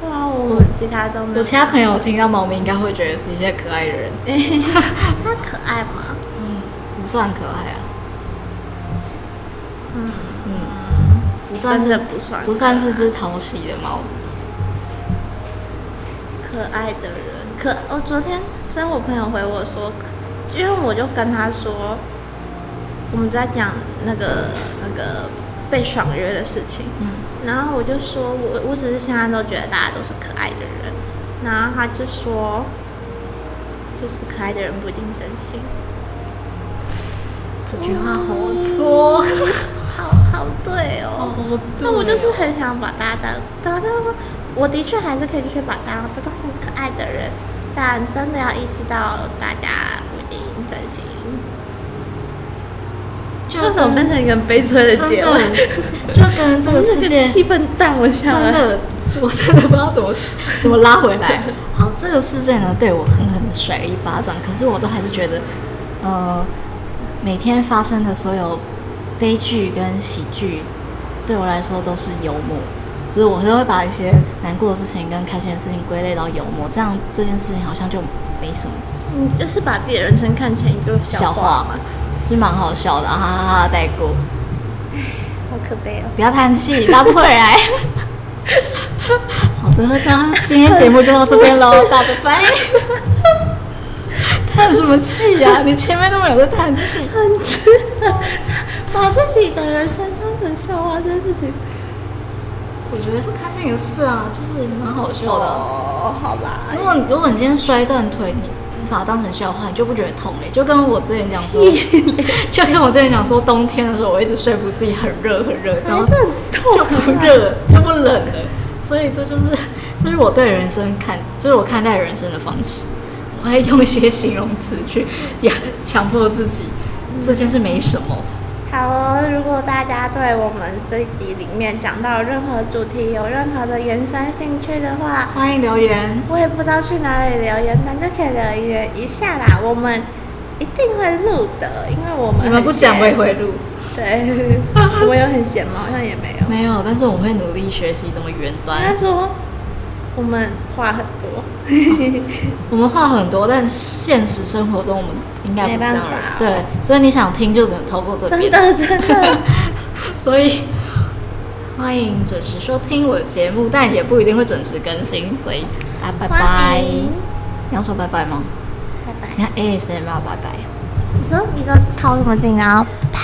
[SPEAKER 2] 对啊，我们其他都没
[SPEAKER 3] 嗯有
[SPEAKER 2] 有。
[SPEAKER 3] 其他朋友听到猫咪，应该会觉得是一些可爱的 人。
[SPEAKER 2] 他可爱吗？
[SPEAKER 3] 嗯，不算可爱啊。
[SPEAKER 2] 嗯，
[SPEAKER 3] 嗯，不算
[SPEAKER 2] 真的
[SPEAKER 3] 是
[SPEAKER 2] 不算
[SPEAKER 3] 不算是只讨喜的猫。
[SPEAKER 2] 可爱的人。可，我昨天虽然我朋友回我说，可因为我就跟他说，我们在讲那个那个被爽约的事情。
[SPEAKER 3] 嗯，
[SPEAKER 2] 然后我就说，我我只是现在都觉得大家都是可爱的人，然后他就说，就是可爱的人不一定真心，
[SPEAKER 3] 这句话好 戳，
[SPEAKER 2] 好好对哦。
[SPEAKER 3] 好
[SPEAKER 2] 那我就是
[SPEAKER 3] 对哦
[SPEAKER 2] 很想把大家当，对啊，但是说我的确还是可以去把大家当当很可爱的人，但真的要意识到大家不一定真心。
[SPEAKER 3] 就
[SPEAKER 2] 为什么变
[SPEAKER 3] 跟
[SPEAKER 2] 成一个很悲催的
[SPEAKER 3] 真
[SPEAKER 2] 结
[SPEAKER 3] 的
[SPEAKER 2] 尾？，
[SPEAKER 3] 就跟这个世界
[SPEAKER 2] 气氛淡了下
[SPEAKER 3] 真
[SPEAKER 2] 来。
[SPEAKER 3] 的，我真的不知道怎么怎么拉回来。 好，这个事件呢，对我狠狠的甩了一巴掌，可是我都还是觉得，呃，每天发生的所有悲剧跟喜剧，对我来说都是幽默，所以我都会把一些难过的事情跟开心的事情归类到幽默，这样这件事情好像就没什么，
[SPEAKER 2] 你就是把自己的人生看成一个
[SPEAKER 3] 笑
[SPEAKER 2] 笑
[SPEAKER 3] 话
[SPEAKER 2] 话嘛，
[SPEAKER 3] 就蛮好笑的，哈哈哈哈带过。
[SPEAKER 2] 好可悲哦。
[SPEAKER 3] 不要叹 气，拉不回来。好的，那今天节目就到这边 喽，大家拜拜。叹什么气呀、你前面都没有在叹气。
[SPEAKER 2] 很值得把自己的人生当成笑话这件事情。
[SPEAKER 3] 我觉得是开心的事啊，就是蛮好笑的啊。
[SPEAKER 2] 哦，好吧，
[SPEAKER 3] 如果如果你今天摔断腿，你把它当成笑话，你就不觉得痛嘞。就跟我之前讲说，就跟我之前讲说，冬天的时候我一直说服自己很热很热，然后
[SPEAKER 2] 还是很痛
[SPEAKER 3] 就不 热就不冷了。所以这就是这是我对人生看，就是我看待人生的方式。我会用一些形容词去强强迫自己，这件事没什么。
[SPEAKER 2] 好哦。如果大家对我们这一集里面讲到任何主题有任何的延伸兴趣的话，
[SPEAKER 3] 欢迎留言，
[SPEAKER 2] 我也不知道去哪里留言，但就可以留言一下啦。我们一定会录的，因为我们
[SPEAKER 3] 你们
[SPEAKER 2] 很
[SPEAKER 3] 不讲
[SPEAKER 2] 闲
[SPEAKER 3] 我也会录。
[SPEAKER 2] 对， 我有很闲吗？好像也没有。
[SPEAKER 3] 没有，但是我会努力学习怎么远端。
[SPEAKER 2] 应该说，我们话很多，
[SPEAKER 1] 我们话很多，但现实生活中我们应该不是这样
[SPEAKER 2] 没
[SPEAKER 1] 的
[SPEAKER 2] 办法
[SPEAKER 1] 人。对，所以你想听就只能透过这
[SPEAKER 2] 真
[SPEAKER 1] 边。
[SPEAKER 2] 的真的。
[SPEAKER 1] 所以欢迎准时收听我的节目，但也不一定会准时更新，所以大家拜
[SPEAKER 2] 欢
[SPEAKER 1] 拜。
[SPEAKER 2] 迎
[SPEAKER 1] 你要说拜拜吗？
[SPEAKER 2] 拜拜。
[SPEAKER 1] 你看 ASMR 拜拜。
[SPEAKER 2] 你说你说靠这么近，然后拜。